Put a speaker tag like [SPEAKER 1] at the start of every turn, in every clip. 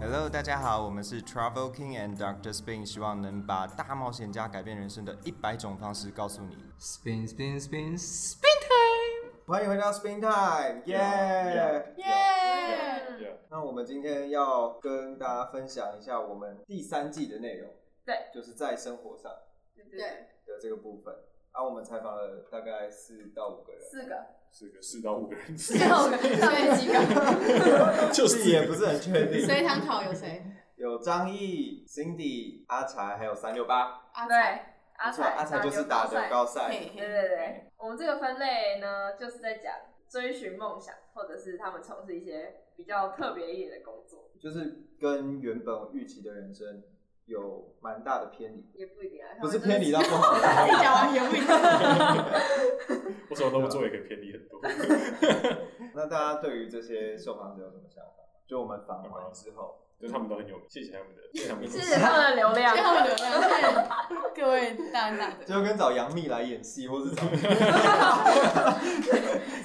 [SPEAKER 1] Hello，大家好，我们是 Travel King and Dr. Spin，希望能把大冒险家改变人生的一百种方式告诉你。
[SPEAKER 2] Spin spin spin spin time！
[SPEAKER 1] 欢迎回到 Spin Time，耶、
[SPEAKER 3] 耶！
[SPEAKER 1] 那我们今天要跟大家分享一下我们第三季的内容，
[SPEAKER 3] 对，
[SPEAKER 1] 就是在生活上
[SPEAKER 3] 对，
[SPEAKER 1] 的这个部分。啊，我们采访了大概四到五个人，
[SPEAKER 3] 四个，
[SPEAKER 4] 四个四到五个人，
[SPEAKER 3] 最后上面几个，
[SPEAKER 4] 就是
[SPEAKER 1] 也不是很确 定，
[SPEAKER 3] 随堂考有谁？
[SPEAKER 1] 有张毅、Cindy、阿柴，还有三六八。
[SPEAKER 3] 阿
[SPEAKER 5] 对，阿
[SPEAKER 1] 没错
[SPEAKER 5] 彩，
[SPEAKER 1] 阿柴就是打
[SPEAKER 5] 打
[SPEAKER 1] 的
[SPEAKER 5] 牛
[SPEAKER 1] 高
[SPEAKER 5] 赛
[SPEAKER 1] 赛
[SPEAKER 3] 嘿，
[SPEAKER 5] 对对对，我们这个分类呢，就是在讲追寻梦想，或者是他们从事一些比较特别一点的工作，
[SPEAKER 1] 就是跟原本预期的人生有蛮大的偏离，
[SPEAKER 5] 也不一定啊。他
[SPEAKER 1] 不
[SPEAKER 5] 们
[SPEAKER 1] 是
[SPEAKER 5] 就
[SPEAKER 1] 偏离到不好的地
[SPEAKER 3] 你
[SPEAKER 1] 方。
[SPEAKER 3] 讲完也不一
[SPEAKER 4] 我什么都不做也可以偏离很多。
[SPEAKER 1] 那大家对于这些受访者有什么想法？就我们访完之后，
[SPEAKER 4] 就是他们都很有名，谢谢他们的，谢谢他们的
[SPEAKER 5] 谢谢他们的流量
[SPEAKER 3] 最，后流量看各位大大的，
[SPEAKER 1] 就跟找杨幂来演戏，或是找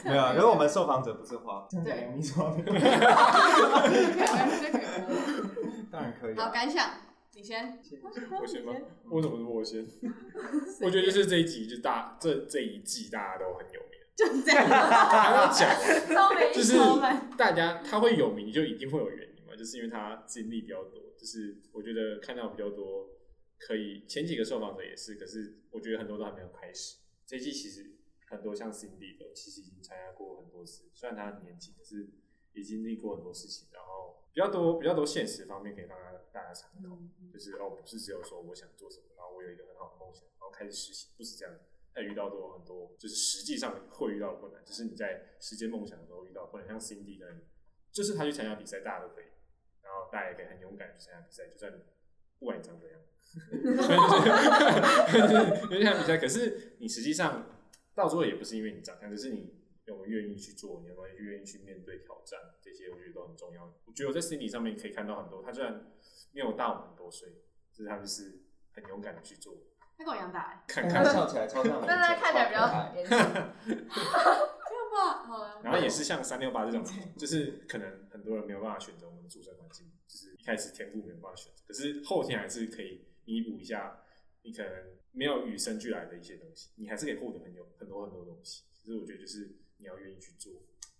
[SPEAKER 1] 没有啊，可是我们受访者不是花，
[SPEAKER 3] 对
[SPEAKER 1] 杨幂说当然可以
[SPEAKER 3] 好
[SPEAKER 1] 啊。
[SPEAKER 3] 感想，你先。
[SPEAKER 4] 我先吗？为什么是我 先？我觉得就是这一集，就大这这一季大家都很有名，
[SPEAKER 3] 就这样，
[SPEAKER 4] 还要讲完，
[SPEAKER 5] 都没
[SPEAKER 4] 就是
[SPEAKER 3] 超慢
[SPEAKER 4] 大家他会有名，就一定会有原因嘛，就是因为他经历比较多，就是我觉得看到比较多，可以前几个受访者也是，可是我觉得很多都还没有开始。这一季其实很多像 Cindy 的，其实已经参加过很多次，虽然他很年轻，可是也经历过很多事情，然后比较多比较多现实方面可以让大家大家参考，就是哦，不是只有说我想做什么，然后我有一个很好的梦想，然后开始实行，不是这样。那遇到都很多，就是实际上会遇到的困难，就是你在实现梦想的时候遇到的困难，像 Cindy 呢，就是他去参加比赛，大家都可以，然后大家也可以很勇敢去参加比赛，就算不管你长怎样，就是参加比赛，可是你实际上到最后也不是因为你长相，只是你有没有愿意去做，你有没有愿意去面对挑战，这些我觉得都很重要。我觉得我在 Cindy 上面可以看到很多，他虽然没有大我们很多岁，就是他就是很勇敢的去做，
[SPEAKER 3] 他跟我一样大哎，
[SPEAKER 4] 看
[SPEAKER 1] 但
[SPEAKER 4] 看
[SPEAKER 1] 他笑起来超像，
[SPEAKER 5] 但是他看起来比
[SPEAKER 1] 超可爱
[SPEAKER 5] 较年轻，
[SPEAKER 3] 这样吧，好了，
[SPEAKER 4] 然后也是像三六八这种，就是可能很多人没有办法选择我们的出生环境，就是一开始天赋没有办法选择，可是后天还是可以弥补一下，你可能没有与生俱来的一些东西，你还是可以获得很有很多很多东西。其实我觉得就是你要愿意去做，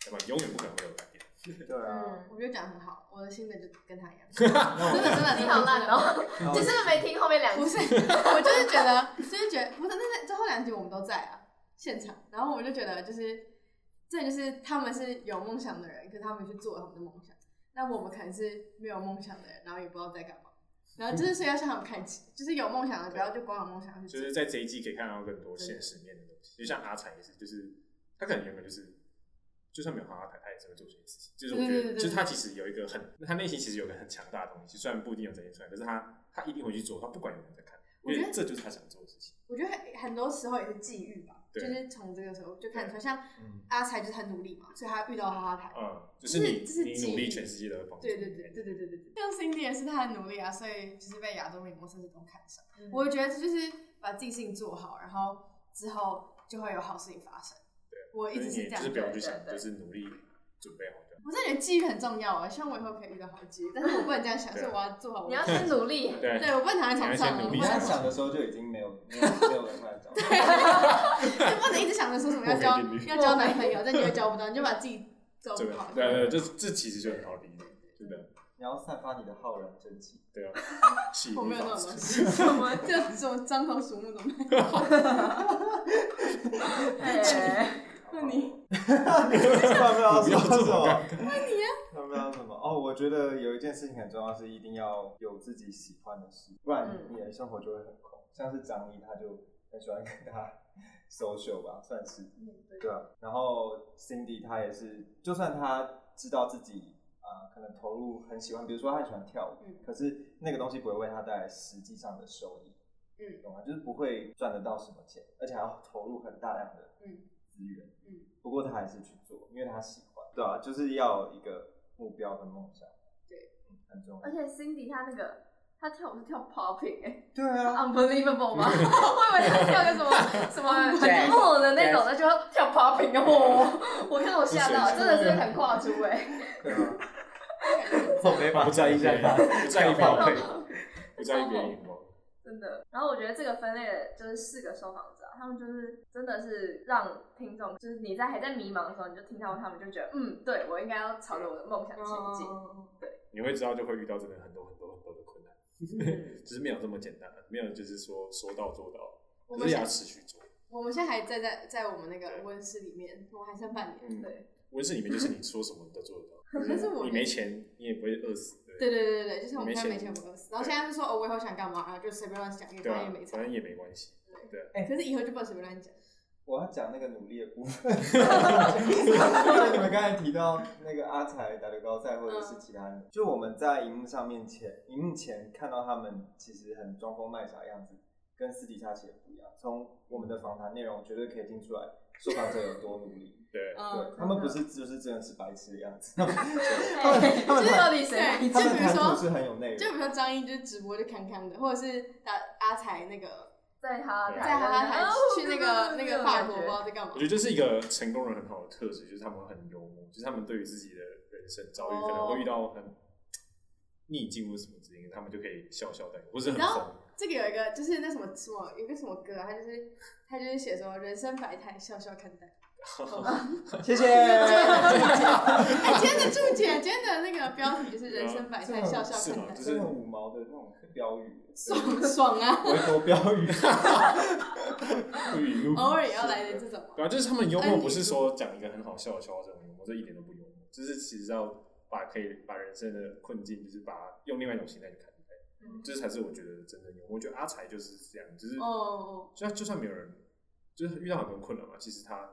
[SPEAKER 4] 要不然永远不可能会有改变。
[SPEAKER 1] 对啊，
[SPEAKER 5] 嗯，
[SPEAKER 3] 我觉得讲得很好，我的心得就跟他一样，真的真的，
[SPEAKER 5] 你好烂哦，
[SPEAKER 1] 然后
[SPEAKER 5] 你是不是没听后面两
[SPEAKER 3] 不
[SPEAKER 5] 句？
[SPEAKER 3] 是，我就是觉得，就是觉得不是，那那最后两集我们都在啊，现场，然后我就觉得就是，这就是他们是有梦想的人，可是他们去做他们的梦想，那我们可能是没有梦想的人，然后也不知道在干嘛，然后就是所以要向他们看齐，就是有梦想的不要就光有梦想去
[SPEAKER 4] 就
[SPEAKER 3] 做，
[SPEAKER 4] 是在这一季可以看到更多现实面的东西，就像阿彩也是，就是他可能原本就是，就算没有好好谈，他也是会做这些事情。就是我觉得，
[SPEAKER 3] 对对对对
[SPEAKER 4] 就是他其实有一个很，他内心其实有一个很强大的东西，虽然不一定有展现出来，可是他他一定会去做，他不管有没有人在看，
[SPEAKER 3] 我
[SPEAKER 4] 因
[SPEAKER 3] 觉得
[SPEAKER 4] 为这就是他想做的事情。
[SPEAKER 3] 我觉得很很多时候也是际遇吧，就
[SPEAKER 4] 对
[SPEAKER 3] 是从这个时候就看出来，像
[SPEAKER 1] 嗯，
[SPEAKER 3] 阿才就是很努力嘛，所以他遇到哈哈台。
[SPEAKER 4] 嗯，就
[SPEAKER 3] 就
[SPEAKER 4] 是
[SPEAKER 3] 是
[SPEAKER 4] 你
[SPEAKER 3] 就是
[SPEAKER 4] 你
[SPEAKER 3] 基于
[SPEAKER 4] 努力，全世界都会帮助你。
[SPEAKER 3] 对对对对对对对对，像 Cindy 也是他很努力啊，所以就是被亚洲美国甚至都看上。
[SPEAKER 5] 嗯
[SPEAKER 3] 我觉得这就是把自己事情做好，然后之后就会有好事情发生。
[SPEAKER 4] 对，
[SPEAKER 3] 我一直
[SPEAKER 4] 所以
[SPEAKER 3] 是
[SPEAKER 4] 你
[SPEAKER 3] 这样
[SPEAKER 4] 就是不
[SPEAKER 3] 觉
[SPEAKER 4] 用
[SPEAKER 3] 得。
[SPEAKER 4] 去想，
[SPEAKER 5] 对对
[SPEAKER 4] 就是努力准备好就好。
[SPEAKER 3] 我真的觉得机遇很重要啊，希望我以后可以遇到好的机遇，但是我不能这样想，
[SPEAKER 4] 对
[SPEAKER 3] 所以我要做好我
[SPEAKER 5] 你要先努力，
[SPEAKER 4] 对，
[SPEAKER 3] 对，我不能躺在床上啊，
[SPEAKER 4] 你要先努
[SPEAKER 3] 我不
[SPEAKER 4] 力
[SPEAKER 1] 你
[SPEAKER 3] 能
[SPEAKER 1] 在
[SPEAKER 3] 躺在
[SPEAKER 1] 想的时候就已经没有没有没有人看得到。
[SPEAKER 3] 就不能一直想着说 什么要交
[SPEAKER 4] 我没定律
[SPEAKER 3] 要交男朋友， 但你又交不到，你就把自己照
[SPEAKER 4] 这个
[SPEAKER 3] 顾好。
[SPEAKER 4] 对啊对，对这这其实就很好理解，真的，
[SPEAKER 1] 你要散发你的浩然正气。
[SPEAKER 4] 对啊，吸引
[SPEAKER 3] 我
[SPEAKER 4] 力
[SPEAKER 3] 没有
[SPEAKER 4] 法
[SPEAKER 3] 那种
[SPEAKER 4] 则
[SPEAKER 3] 东西，什么就这种獐头鼠目怎么办？
[SPEAKER 5] 哎
[SPEAKER 3] 那 你
[SPEAKER 1] 他们要
[SPEAKER 4] 不要
[SPEAKER 1] 说
[SPEAKER 4] 这
[SPEAKER 1] 什
[SPEAKER 4] 么
[SPEAKER 1] 么
[SPEAKER 4] 干？
[SPEAKER 1] 他们要什么？哦，我觉得有一件事情很重要，是一定要有自己喜欢的事，不然
[SPEAKER 5] 嗯
[SPEAKER 1] 你的生活就会很空。像是张一，他就很喜欢跟大家 social 吧，算是
[SPEAKER 3] 嗯
[SPEAKER 1] 对啊。然后 Cindy 她也是，就算她知道自己啊、呃可能投入很喜欢，比如说她很喜欢跳舞，
[SPEAKER 3] 嗯
[SPEAKER 1] 可是那个东西不会为她带来实际上的收益，
[SPEAKER 3] 嗯
[SPEAKER 1] 懂吗？就是不会赚得到什么钱，而且还要投入很大量的
[SPEAKER 3] 嗯
[SPEAKER 1] 资源，
[SPEAKER 3] 嗯。
[SPEAKER 1] 不过他还是去做，因为他喜欢，对啊，就是要有一个目标跟梦想，
[SPEAKER 3] 对
[SPEAKER 1] 嗯，很重要
[SPEAKER 5] 而。且 Cindy 她那个。她跳舞是跳 popping 哎、
[SPEAKER 1] 对啊，
[SPEAKER 5] unbelievable 吗？我以为她跳个什么什么
[SPEAKER 4] Jazz
[SPEAKER 5] 哦的那种，那就要跳 popping 哦，我看我吓到，真的是很跨出哎、
[SPEAKER 1] 对啊，
[SPEAKER 3] 感觉 很
[SPEAKER 1] 我没法
[SPEAKER 4] 不在意别
[SPEAKER 1] 想
[SPEAKER 4] 人，
[SPEAKER 1] 法
[SPEAKER 4] 不在意别
[SPEAKER 5] 超
[SPEAKER 4] 人眼光，不在意别人眼光。
[SPEAKER 5] 真的。然后我觉得这个分类的就是四个受访者啊，他们就是真的是让听众，就是你在还在迷茫的时候，你就听到他们就觉得，嗯，对我应该要朝着我的梦想前
[SPEAKER 1] 哦
[SPEAKER 5] 进。
[SPEAKER 4] 你会知道就会遇到真的很多很多很多的困难，
[SPEAKER 5] 嗯
[SPEAKER 4] 就是没有这么简单，没有就是说说到做到，
[SPEAKER 3] 我
[SPEAKER 4] 就
[SPEAKER 3] 们
[SPEAKER 4] 是
[SPEAKER 3] 现
[SPEAKER 4] 要持续做。
[SPEAKER 3] 我们现在还在在在我们那个温室里面，我们还剩半年。
[SPEAKER 4] 嗯
[SPEAKER 3] 对
[SPEAKER 4] 温室里面就是你说什么你都做得到，
[SPEAKER 3] 但是我
[SPEAKER 4] 你没钱你也不会饿死，对不对
[SPEAKER 3] 对对对对，就像我们
[SPEAKER 4] 没
[SPEAKER 3] 现在没
[SPEAKER 4] 钱
[SPEAKER 3] 钱我们饿死，然后现在是说哦，我以后想干嘛，然后就随便乱讲，因为
[SPEAKER 4] 对
[SPEAKER 3] 反正也
[SPEAKER 4] 啊
[SPEAKER 3] 没，差
[SPEAKER 4] 反。正也没关系。
[SPEAKER 3] 可是以后就不能随便乱讲。
[SPEAKER 1] 我要讲那个努力的部 分，就是你们刚才提到那个阿才打的高赛或者
[SPEAKER 3] 嗯
[SPEAKER 1] 是其他人，就我们在荧幕上面前，荧幕前看到他们其实很装疯卖傻的样子，跟私底下其实不一样。从我们的访谈内容绝对可以听出来，受访者有多努力。
[SPEAKER 4] 对，
[SPEAKER 3] 嗯
[SPEAKER 1] 对，，他们不是就是真的是白痴的样 子，
[SPEAKER 5] 对哎
[SPEAKER 1] 他们他们
[SPEAKER 5] 就是
[SPEAKER 1] 谈
[SPEAKER 5] 到底谁
[SPEAKER 3] 对
[SPEAKER 5] 比
[SPEAKER 1] 他们
[SPEAKER 3] 就比如
[SPEAKER 1] 谈
[SPEAKER 3] 说
[SPEAKER 1] 吐是很有内
[SPEAKER 3] 就
[SPEAKER 1] 容
[SPEAKER 3] 比。如说张译就是直播就侃侃的，或者是打阿才那个
[SPEAKER 5] 在他
[SPEAKER 4] 对
[SPEAKER 3] 在哈哈台
[SPEAKER 5] 哦
[SPEAKER 3] 去那个那个法国不知
[SPEAKER 5] 吗？
[SPEAKER 3] 道在干嘛
[SPEAKER 4] 我觉。得这是一个成功人很好的特质，就是他们很幽默，就是他们对于自己的人生遭遇可
[SPEAKER 3] 哦
[SPEAKER 4] 能会遇到很逆境或什么之类的，他们就可以笑笑带过，或是很
[SPEAKER 3] 然后
[SPEAKER 4] 疯。
[SPEAKER 3] 这个有一个就是那什么什么有一个什么歌啊，他就是他就是写说人生百态，笑笑看 待。
[SPEAKER 1] 谢谢。
[SPEAKER 3] 哎，今天的注解，今天的那个标题就是人生百态，
[SPEAKER 1] 这
[SPEAKER 3] 笑
[SPEAKER 1] 样
[SPEAKER 3] 笑看
[SPEAKER 4] 是吗
[SPEAKER 3] 待
[SPEAKER 4] 就，
[SPEAKER 1] 这种五毛的那种标语，
[SPEAKER 3] 爽爽啊！
[SPEAKER 1] 微博标语。
[SPEAKER 4] 语录
[SPEAKER 3] 偶尔也要来点这种。
[SPEAKER 4] 对啊，就是他们幽默不是说讲一个很好笑的笑话这种幽默，这一点都不幽默，就是其实要把可以把人生的困境，就是把它用另外一种形态去看待，这才是我觉得真正幽默。我觉得阿才就是这样，就是
[SPEAKER 3] 嗯哦哦，
[SPEAKER 4] 就算就算没有人，就是遇到很多困难嘛，其实他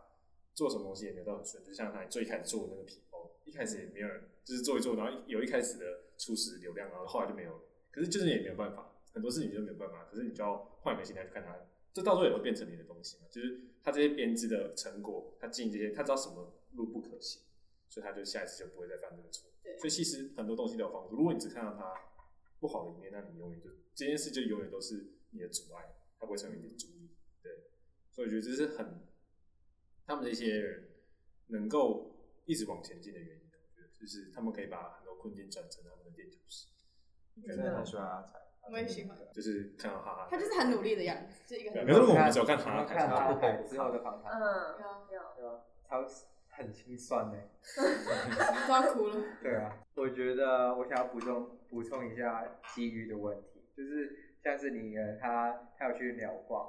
[SPEAKER 4] 做什么东西也没有到很顺，就像他最开始做的那个皮包，一开始也没有人，就是做一做，然后有一开始的初始流量，然后后来就没有了。可是就是也没有办法，很多事情就没有办法，可是你就要换一个心态去看它，这到最后也会变成你的东西嘛。就是他这些编织的成果，他进这些，他知道什么路不可行，所以他就下一次就不会再犯这个错误
[SPEAKER 3] 对。
[SPEAKER 4] 所以其实很多东西都有帮助。如果你只看到它不好的一面，那你永远就这件事就永远都是你的阻碍，它不会成为你的阻力。对，所以我觉得这是很他们这些人能够一直往前进的原因。我觉得就是他们可以把很多困境转成他们的练就石，
[SPEAKER 1] 真的很喜欢阿才，
[SPEAKER 3] 哦我也喜欢，
[SPEAKER 4] 就是看到哈哈，
[SPEAKER 3] 他就是很努力的样子，就是一个
[SPEAKER 4] 对。
[SPEAKER 3] 很
[SPEAKER 4] 可是我们只有看哈哈台
[SPEAKER 2] 看
[SPEAKER 4] 上
[SPEAKER 2] 他
[SPEAKER 4] 面，
[SPEAKER 2] 海之后的访 谈，
[SPEAKER 3] 啊
[SPEAKER 5] 嗯，
[SPEAKER 2] 对吧？超很心酸呢。
[SPEAKER 3] 都要哭了。
[SPEAKER 2] 对啊，我觉得我想要补充补充一下机遇的问题，就是像是你呃，他他有去鸟逛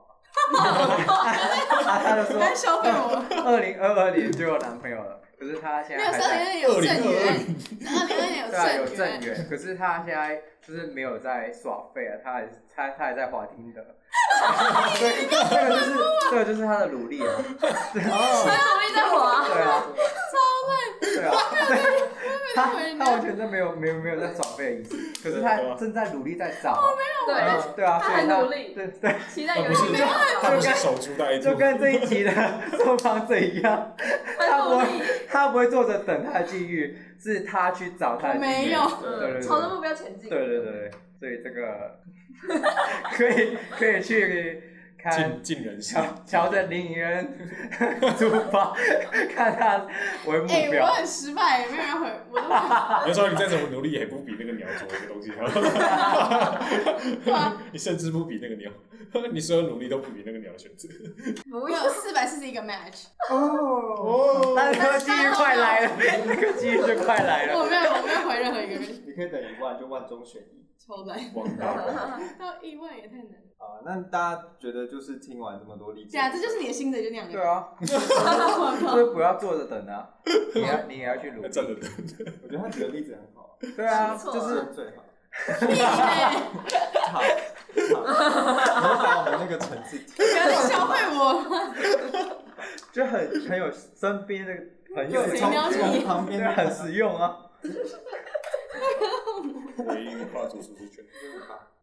[SPEAKER 2] 嘛， 他他就说
[SPEAKER 3] 还消费我，
[SPEAKER 2] 二零二二年就有男朋友了，可是他现
[SPEAKER 3] 没
[SPEAKER 2] 在
[SPEAKER 3] 有
[SPEAKER 2] 还
[SPEAKER 3] 是二零二。年有
[SPEAKER 2] 在
[SPEAKER 3] 正缘，二零二年有
[SPEAKER 2] 对啊，有
[SPEAKER 3] 正
[SPEAKER 2] 正
[SPEAKER 3] 缘。
[SPEAKER 2] 缘，可是他现在就是没有在耍废啊，他还是他他还在滑 听的，所以这个就是这个就是他的努力啊，
[SPEAKER 5] 他努力在滑，
[SPEAKER 2] 对啊，对啊，他他完全都没有没有没有在耍废的意思，可是他正在努力在找啊，
[SPEAKER 1] 哦
[SPEAKER 5] 对，
[SPEAKER 2] 对啊，
[SPEAKER 5] 他
[SPEAKER 2] 所以
[SPEAKER 5] 很
[SPEAKER 2] 他
[SPEAKER 5] 努力
[SPEAKER 2] 对对，
[SPEAKER 5] 期待有一
[SPEAKER 4] 不是
[SPEAKER 5] 天
[SPEAKER 4] 他不是守株待兔
[SPEAKER 2] 就，跟这一集的受访者一样，他
[SPEAKER 5] 很
[SPEAKER 2] 不
[SPEAKER 5] 努
[SPEAKER 2] 会
[SPEAKER 5] 力，
[SPEAKER 2] 他不会坐着等他的际遇，是他去找他的际遇，
[SPEAKER 3] 没有
[SPEAKER 2] 对对对，
[SPEAKER 5] 朝嗯着目标前进。
[SPEAKER 2] 对对对，所以这个 可以可以去看
[SPEAKER 4] 尽尽人事
[SPEAKER 2] 乔。乔的林恩 出发， 看他为目
[SPEAKER 3] 哎、
[SPEAKER 2] 标
[SPEAKER 3] 我。很失败，没有人回，我都没有
[SPEAKER 4] 有时候你再怎么努力，也不比那个鸟啄一个东西 好。你甚至不比那个鸟， 你所有努力都不比那个鸟的选择。
[SPEAKER 5] 不
[SPEAKER 3] 我
[SPEAKER 5] 要
[SPEAKER 3] 有四百四十一个 match，
[SPEAKER 1] 哦
[SPEAKER 2] 那这个机遇快来了，那个机遇就快来
[SPEAKER 3] 我
[SPEAKER 2] 了。
[SPEAKER 3] 没有，我没有回任何一个人
[SPEAKER 1] 你可以等一万，就万中选一
[SPEAKER 3] 抽来，
[SPEAKER 4] 王大，
[SPEAKER 3] 到亿万也太难了。
[SPEAKER 1] 啊、那大家觉得就是听完这么多例子，
[SPEAKER 3] 对啊，这就是你的心得，就那样。
[SPEAKER 2] 对， 啊，
[SPEAKER 3] 我
[SPEAKER 2] 所以不要坐着等 啊，你要你也要去努力。
[SPEAKER 4] 站着的，
[SPEAKER 1] 我觉得他举的例子很好，
[SPEAKER 2] 对啊，
[SPEAKER 5] 不错
[SPEAKER 2] 就
[SPEAKER 5] 啊
[SPEAKER 2] 是
[SPEAKER 1] 是最好。
[SPEAKER 3] 靠，屁嘞！
[SPEAKER 1] 好，好能把我们那个层次提
[SPEAKER 3] 不要再消费我，
[SPEAKER 2] 就很很有身边的很有
[SPEAKER 1] 对
[SPEAKER 3] 谁
[SPEAKER 1] 从
[SPEAKER 3] 瞄准 你
[SPEAKER 1] 从旁边
[SPEAKER 2] 对啊，很实用啊。
[SPEAKER 4] 唯一跨出舒适圈。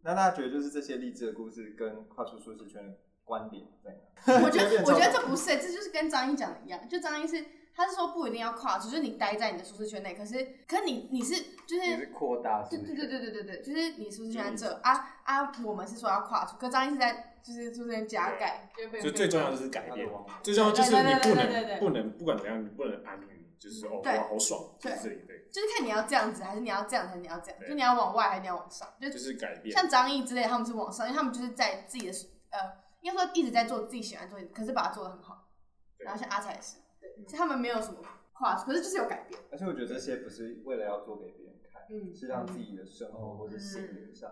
[SPEAKER 1] 那大家觉得就是这些励志的故事跟跨出舒适圈的观点在哪？
[SPEAKER 3] 我觉得，我觉得这不是，这就是跟张一讲的一样，就张一是。他是说不一定要跨出，就是你待在你的舒适圈内。可是，可是你你是就是
[SPEAKER 2] 也是扩大是
[SPEAKER 3] 对
[SPEAKER 2] 不
[SPEAKER 3] 对对
[SPEAKER 2] 是
[SPEAKER 3] 对对对对，就是你舒适圈在这啊啊，我们是说要跨出，可张一是在就是舒适圈加盖，就被
[SPEAKER 4] 所以最重要的是改
[SPEAKER 1] 他
[SPEAKER 4] 变
[SPEAKER 1] 的，网红
[SPEAKER 4] 最重要就是你不
[SPEAKER 3] 对对对对对
[SPEAKER 4] 能不能不管怎样，你不能安于就是说哦
[SPEAKER 3] 对
[SPEAKER 4] 哇好爽，就
[SPEAKER 3] 对
[SPEAKER 4] 是这里对，
[SPEAKER 3] 就是看你要这样子，还是你要这样，还是你要这样，
[SPEAKER 4] 对
[SPEAKER 3] 就你要往外，还是你要往上，就
[SPEAKER 4] 就是改变，
[SPEAKER 3] 像张译之类，他们是往上，因为他们就是在自己的呃，应该说一直在做自己喜欢做，的，可是把它做的很好。
[SPEAKER 4] 对
[SPEAKER 3] 然后像阿才也是，对，
[SPEAKER 4] 嗯
[SPEAKER 3] 所以他们没有什么跨，可是就是有改变，
[SPEAKER 1] 而且我觉得这些不是为了要做给别人看，
[SPEAKER 3] 嗯，
[SPEAKER 1] 是啊让自己的生活或者
[SPEAKER 5] 嗯
[SPEAKER 1] 心灵上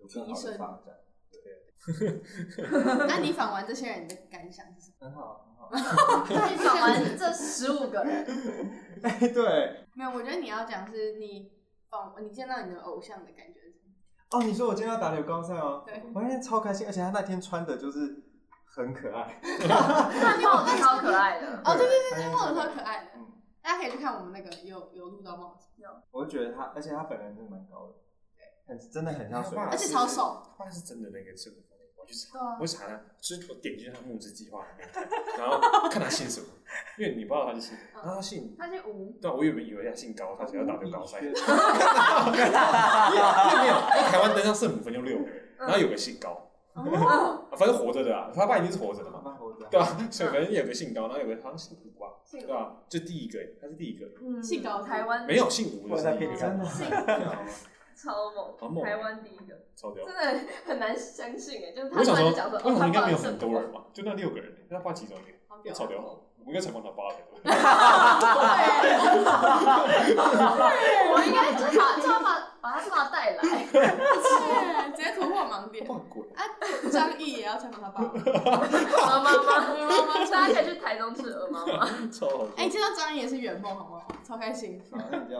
[SPEAKER 1] 有更好
[SPEAKER 3] 提
[SPEAKER 1] 的
[SPEAKER 3] 升
[SPEAKER 1] 发展，
[SPEAKER 3] 那你访完这些人，你的感想是什么？
[SPEAKER 1] 很好，很好。
[SPEAKER 5] 你讲完 这十 五个人，
[SPEAKER 1] 哎，对，
[SPEAKER 3] 没有，我觉得你要讲是你访你见到你的偶像的感觉是什么？
[SPEAKER 1] 哦，你说我今天要打柳高赛吗？
[SPEAKER 3] 对，
[SPEAKER 1] 我那天超开心，而且他那天穿的就是很可爱，
[SPEAKER 5] 他帽子超可爱的，
[SPEAKER 3] 哦，对对对，
[SPEAKER 1] 哎
[SPEAKER 3] 那帽子超可爱的，
[SPEAKER 1] 嗯，
[SPEAKER 3] 大家可以去看我们那个有有录到帽子，
[SPEAKER 1] 我就觉得他，而且他本人是蛮高的，很真的很像水
[SPEAKER 4] 他爸
[SPEAKER 1] 果
[SPEAKER 3] 而且超瘦，
[SPEAKER 4] 他爸是真的那个是我我去查。
[SPEAKER 3] 对啊
[SPEAKER 4] 我查了，就是我点进去他募资计划里面看，然后看他姓什么，因为你不知道他是
[SPEAKER 3] 嗯
[SPEAKER 4] 姓什么，然后他姓，
[SPEAKER 5] 他姓吴，
[SPEAKER 4] 对啊，我原本以为他姓高，他想要打个高赛，
[SPEAKER 1] 嗯
[SPEAKER 4] 因为没有，因为台湾登上圣母分就
[SPEAKER 3] 嗯
[SPEAKER 4] 六个人，然后有个姓高，
[SPEAKER 5] 哦，
[SPEAKER 4] 反正活着的啊，他爸一定是活着的嘛，
[SPEAKER 1] 蛮活的
[SPEAKER 4] 对，
[SPEAKER 3] 嗯
[SPEAKER 4] 啊，所以反正有个姓高，然后有个好像姓吴吧，
[SPEAKER 3] 性
[SPEAKER 4] 对啊，就第一个，他是第一个，
[SPEAKER 5] 嗯
[SPEAKER 3] 姓高
[SPEAKER 5] 台湾
[SPEAKER 4] 没有姓吴
[SPEAKER 1] 我
[SPEAKER 4] 的
[SPEAKER 1] 在
[SPEAKER 4] 是
[SPEAKER 1] 骗
[SPEAKER 4] 第
[SPEAKER 1] 你
[SPEAKER 4] 一
[SPEAKER 1] 真
[SPEAKER 4] 个，
[SPEAKER 1] 的
[SPEAKER 5] 是超
[SPEAKER 4] 好
[SPEAKER 5] 猛，
[SPEAKER 4] 猛啊
[SPEAKER 5] 台湾第一个，
[SPEAKER 4] 超屌
[SPEAKER 5] 真。的很难相信哎，就是他突
[SPEAKER 4] 我想
[SPEAKER 5] 然
[SPEAKER 4] 说，
[SPEAKER 5] 就讲说，
[SPEAKER 4] 我
[SPEAKER 5] 哦，
[SPEAKER 4] 想
[SPEAKER 5] 他
[SPEAKER 4] 应该没有
[SPEAKER 5] 报了
[SPEAKER 4] 很
[SPEAKER 5] 圣
[SPEAKER 4] 多
[SPEAKER 5] 母
[SPEAKER 4] 人吧，就那六个人，他爸其中一个，
[SPEAKER 3] 好屌，哦
[SPEAKER 4] 超屌，我应该采访他八个。
[SPEAKER 5] 对，我应该就把就要把把他爸带来，
[SPEAKER 3] 对，直接突破盲点。
[SPEAKER 4] 哇，滚！
[SPEAKER 3] 张译也要采访他爸爸。
[SPEAKER 5] 鹅 妈妈，大家可以去台中吃鹅妈妈。
[SPEAKER 4] 超好笑
[SPEAKER 3] 哎、见到张译也是圆梦，好不好？超开心，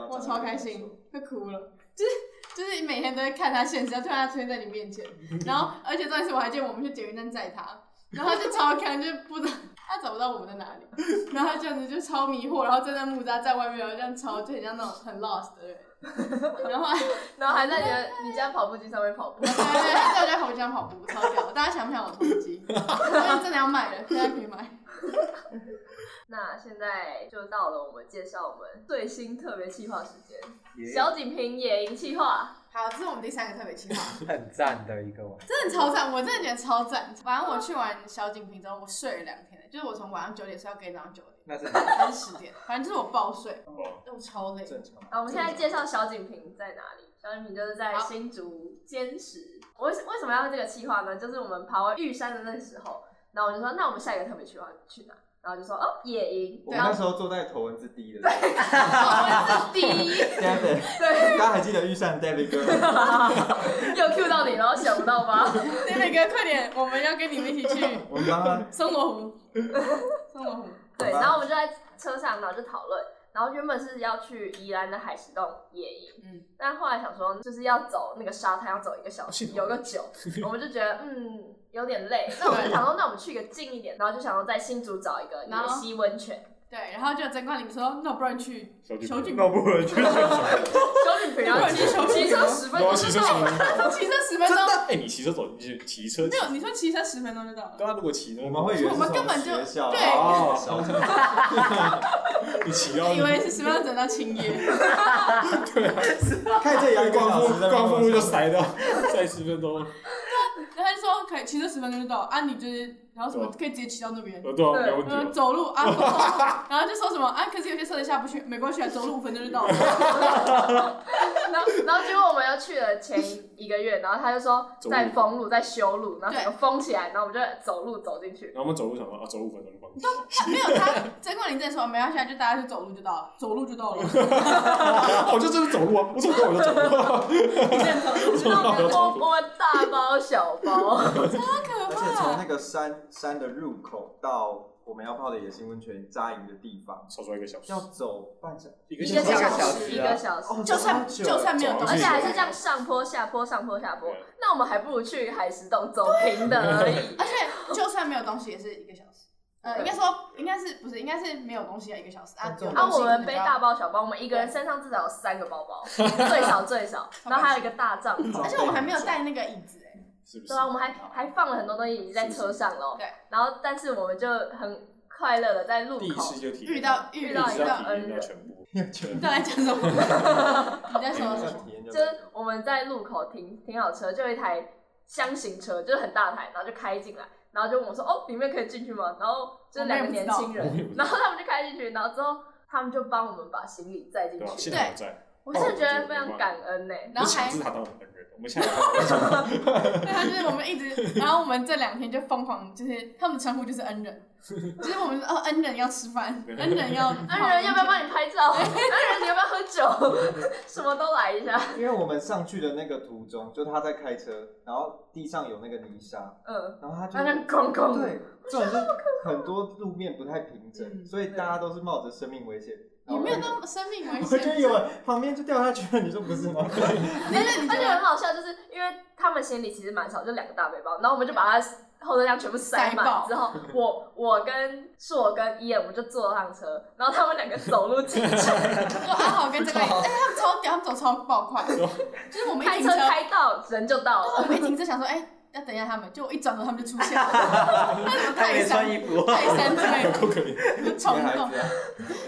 [SPEAKER 3] 我超开 心，快哭了。就是就是每天都会看他现实，突然他出现在你面前，然后而且重点是我还记得我们去捷运站载他，然后他就超看，就不知道他找不到我们在哪里，然后他这样子就超迷惑，然后站在木栅在外面，然后这样超就很像那种很 lost 的人，然后还
[SPEAKER 5] 然后还在你的你家跑步机上面跑步，
[SPEAKER 3] 对对对，他在我家跑步机上跑步，超屌！大家想不想我投机？我真的要买了，现在可以买。
[SPEAKER 5] 那现在就到了我们介绍我们最新特别企划时间，
[SPEAKER 2] 也
[SPEAKER 5] 小景平野营企划。
[SPEAKER 3] 好，这是我们第三个特别计划。
[SPEAKER 2] 很赞的一个玩。
[SPEAKER 3] 真的超赞，我真的觉得超赞。反正我去完小景平之后，我睡了两天，就是我从晚上九点睡到隔天早上九点，
[SPEAKER 2] 那是
[SPEAKER 3] 还是十点，反正就是我爆睡，
[SPEAKER 4] 哦
[SPEAKER 3] 哎我超累。
[SPEAKER 1] 正常。
[SPEAKER 5] 啊，我们现在介绍小景平在哪里？小景平就是在新竹坚持。我为为什么要用这个企划呢？就是我们爬完玉山的那个时候，然后我就说，那我们下一个特别企划去哪？然后就说哦，野营，
[SPEAKER 1] 我们
[SPEAKER 5] 然
[SPEAKER 1] 那
[SPEAKER 3] 啊
[SPEAKER 5] 后
[SPEAKER 1] 时候坐在头文字 D 的时候
[SPEAKER 5] 我们是第一，
[SPEAKER 1] ，David，
[SPEAKER 5] 对，
[SPEAKER 1] 大家还记得遇上 David 哥吗？
[SPEAKER 3] 啊
[SPEAKER 5] 又 Q 到你，然后想不到 吧？
[SPEAKER 3] 那个快点，我们要跟你们一起去
[SPEAKER 1] 我们帮他，
[SPEAKER 3] 松罗湖，松罗湖。
[SPEAKER 5] 对，
[SPEAKER 1] 好吧
[SPEAKER 5] 然后我们就在车上，然后就讨论。然后原本是要去宜兰的海石洞野营，
[SPEAKER 3] 嗯
[SPEAKER 5] 但后来想说就是要走那个沙滩，要走一个小 时
[SPEAKER 4] 是，的
[SPEAKER 5] 有个久，我们就觉得嗯有点累。那我们就想说，那我们去一个近一点，然后就想说在新竹找一个
[SPEAKER 3] 然后
[SPEAKER 5] 野溪温泉。
[SPEAKER 3] 对，然后就曾冠霖说，那我不然去，
[SPEAKER 4] 小
[SPEAKER 3] 俊
[SPEAKER 4] 俊，那不能去小俊，
[SPEAKER 5] 小女平
[SPEAKER 3] 不
[SPEAKER 5] 啊，
[SPEAKER 3] 然
[SPEAKER 5] 骑
[SPEAKER 3] 去小
[SPEAKER 5] 骑
[SPEAKER 3] 旅
[SPEAKER 5] 车
[SPEAKER 3] 行
[SPEAKER 5] 十分
[SPEAKER 4] 然
[SPEAKER 5] 钟
[SPEAKER 4] 后骑
[SPEAKER 5] 就
[SPEAKER 4] 车
[SPEAKER 5] 到
[SPEAKER 4] 走
[SPEAKER 5] 了。
[SPEAKER 3] 我骑车十分
[SPEAKER 4] 真
[SPEAKER 3] 钟，
[SPEAKER 4] 的，哎，你骑车走进去，骑车，
[SPEAKER 3] 没有，你说骑车十分钟就到了。
[SPEAKER 4] 刚刚如果骑呢，
[SPEAKER 1] 我们会以为
[SPEAKER 3] 我
[SPEAKER 1] 是
[SPEAKER 3] 们
[SPEAKER 1] 从
[SPEAKER 3] 根本就
[SPEAKER 1] 学校
[SPEAKER 3] 对
[SPEAKER 1] 哦，小镇
[SPEAKER 4] 你骑到
[SPEAKER 3] 以为是十分钟整到青叶，
[SPEAKER 1] 看这阳光老
[SPEAKER 4] 光复
[SPEAKER 1] 师在那边
[SPEAKER 4] 光
[SPEAKER 1] 跟我
[SPEAKER 4] 复路就
[SPEAKER 1] 说
[SPEAKER 4] 塞到， 塞十分钟，呃
[SPEAKER 3] 然后他就说可以骑车十分钟就到，啊你就是然后什么可以直接骑到那边，
[SPEAKER 4] 呃，对啊，没问
[SPEAKER 3] 呃，
[SPEAKER 4] 题。
[SPEAKER 3] 走路啊， 走路然后就说什么啊，可是有些车子下不去，没关系啊，走路五分钟就到了。
[SPEAKER 5] 然后然后结果我们又去了前一个月，然后他就说
[SPEAKER 4] 走路
[SPEAKER 5] 在封路，在修路，然后整个
[SPEAKER 3] 对
[SPEAKER 5] 封起来，然后我们就走路走进去。
[SPEAKER 4] 然后我们走路想说啊，走五分钟就放弃，
[SPEAKER 3] 没有他，曾冠霖在说没关系啊，就大家就走路就到了，走路就到了。
[SPEAKER 4] 我就真的走路啊，我走路我就啊走 路，
[SPEAKER 5] 就是我们我我们大包小包，
[SPEAKER 3] 可
[SPEAKER 1] 而且从
[SPEAKER 3] 怕
[SPEAKER 1] 那！个山山的入口到我们要泡的野性温泉扎营的地方，
[SPEAKER 4] 超出来一个小时
[SPEAKER 1] 要，走半小时，
[SPEAKER 4] 一
[SPEAKER 5] 一
[SPEAKER 4] 个
[SPEAKER 5] 个
[SPEAKER 4] 小
[SPEAKER 5] 小
[SPEAKER 4] 时，
[SPEAKER 5] 一个小时。啊
[SPEAKER 1] 哦，
[SPEAKER 3] 就算
[SPEAKER 1] 好久
[SPEAKER 3] 就算没有
[SPEAKER 4] 走
[SPEAKER 3] 东
[SPEAKER 4] 到
[SPEAKER 3] 西，
[SPEAKER 5] 而且还是这样上坡下坡上坡下坡
[SPEAKER 4] 对，啊
[SPEAKER 5] 那我们还不如去海石洞走平的而 已。
[SPEAKER 3] 而且就算没有东西也是一个小时。呃，应该说应该是不是应该是没有东西要一个小时啊？有
[SPEAKER 5] 啊，
[SPEAKER 3] 东西
[SPEAKER 5] 我们背
[SPEAKER 3] 可能就要
[SPEAKER 5] 大包小包，我们一个人身上至少有三个包包， 最少最 少，然后还有一个大帐篷。
[SPEAKER 3] 而且我们还没有带那个椅子哎，
[SPEAKER 4] 是不是
[SPEAKER 5] 对？啊，我们还还放了很多东西已经在车上了。
[SPEAKER 3] 对。
[SPEAKER 5] 然后，但是我们就很快乐的在路
[SPEAKER 4] 第一
[SPEAKER 5] 口
[SPEAKER 4] 次，就体
[SPEAKER 3] 遇到呃遇
[SPEAKER 4] 遇
[SPEAKER 3] 到
[SPEAKER 4] 到
[SPEAKER 3] 遇
[SPEAKER 4] 体
[SPEAKER 3] 到，
[SPEAKER 4] 验到全部，
[SPEAKER 3] 你在讲什么？你在说什么？
[SPEAKER 1] 哎算体验就没
[SPEAKER 5] 就
[SPEAKER 1] 有
[SPEAKER 5] 是我们在路口停停好车，就有一台箱型车，就是很大台，然后就开进来，然后就问我说：“哦，里面可以进去吗？”然后就是两个年轻
[SPEAKER 4] 我们也不
[SPEAKER 5] 人，
[SPEAKER 4] 知道
[SPEAKER 5] 然后他们就开进去，然后之后他们就帮我们把行李载进
[SPEAKER 4] 对吧？
[SPEAKER 5] 去
[SPEAKER 4] 现。场有在，
[SPEAKER 5] 我真的觉得非常感恩呢、
[SPEAKER 3] 然后还
[SPEAKER 4] 强制他当我们恩人， 我们现在有
[SPEAKER 3] 对，他就是我们一直，然后我们这两天就疯狂，就是他们的称呼就是恩人，就是我们说哦恩人要吃饭，恩人要
[SPEAKER 5] 恩人要不要帮你拍 照？恩人你要不要喝 酒？什么都来一下。
[SPEAKER 1] 因为我们上去的那个途中，就他在开车，然后地上有那个泥沙，
[SPEAKER 5] 嗯，
[SPEAKER 1] 然后他就
[SPEAKER 5] 那那空
[SPEAKER 4] 哦
[SPEAKER 5] 空。
[SPEAKER 1] 对，重点是很多路面不太平整，
[SPEAKER 3] 嗯
[SPEAKER 1] 所以大家都是冒着生命危险。
[SPEAKER 3] 也没有
[SPEAKER 1] 然后
[SPEAKER 3] 到生命危
[SPEAKER 1] 我觉得
[SPEAKER 3] 险，
[SPEAKER 1] 有啊，旁边就掉下去了，你说不是 吗？
[SPEAKER 3] 但是你
[SPEAKER 5] 而
[SPEAKER 3] 觉
[SPEAKER 5] 且
[SPEAKER 3] 得
[SPEAKER 5] 很好笑，就是因为他们行李其实蛮少，就两个大背包，然后我们就把它后车厢全部塞
[SPEAKER 3] 塞爆
[SPEAKER 5] 满之后，我我跟硕跟伊恩我们就坐上车，然后他们两个走路进去，
[SPEAKER 3] 说阿豪跟这个，哎，他们超屌，他们走超爆 快，就是我们
[SPEAKER 5] 开
[SPEAKER 3] 一停
[SPEAKER 5] 车
[SPEAKER 3] 车，
[SPEAKER 5] 开到人就到
[SPEAKER 3] 我
[SPEAKER 5] 了，
[SPEAKER 3] 们一停车想说，哎，要等一下他们，就我一转头他们就出现 了，那什么
[SPEAKER 2] 他
[SPEAKER 3] 泰
[SPEAKER 2] 没穿
[SPEAKER 3] 山
[SPEAKER 2] 衣服，啊
[SPEAKER 3] 泰山之类
[SPEAKER 4] 够可 怜。
[SPEAKER 3] 的
[SPEAKER 1] 女
[SPEAKER 3] 冲
[SPEAKER 1] 孩
[SPEAKER 3] 动
[SPEAKER 1] 子。 啊，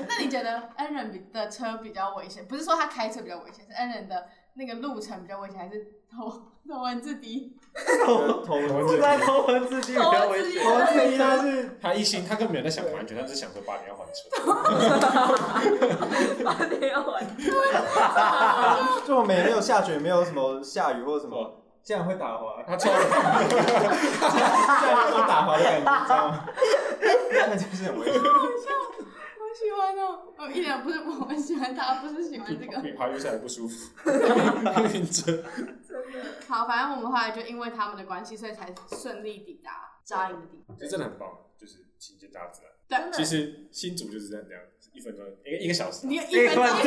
[SPEAKER 3] 那你觉得恩人比的车比较危险？不是说他开车比较危险，是恩人的那个路程比较危险，还是头 头文字 D？
[SPEAKER 1] 头头文
[SPEAKER 4] 啊
[SPEAKER 1] 字
[SPEAKER 2] 不然头文字 D 比
[SPEAKER 5] 头
[SPEAKER 2] 较
[SPEAKER 5] 文
[SPEAKER 2] 危
[SPEAKER 5] 字 D
[SPEAKER 2] 险。
[SPEAKER 1] 头文字 D 它是
[SPEAKER 4] 他一心，他根本没有在想还钱，他只是想说八年要还车。
[SPEAKER 5] 把那个完。
[SPEAKER 1] 就我们也没有下雪，没有什么下雨或者什么，这样会打滑，
[SPEAKER 4] 他超 人，
[SPEAKER 1] 这样有种打滑的感觉，你知道吗？ 那就是很危险。
[SPEAKER 3] 我喜欢哦，我一点不是我们喜欢他，不是喜欢这个。
[SPEAKER 4] 比爬越下来不舒 服， 晕车。
[SPEAKER 3] 好，反正我们后来就因为他们的关系，所以才顺利抵达扎营的地方。
[SPEAKER 4] 这真的很棒，就是亲近大自然。
[SPEAKER 3] 对，
[SPEAKER 4] 其实新竹就是这样，这样一分钟，一个一个小时，
[SPEAKER 3] 你
[SPEAKER 4] 一
[SPEAKER 3] 有一分钟，
[SPEAKER 2] 一分钟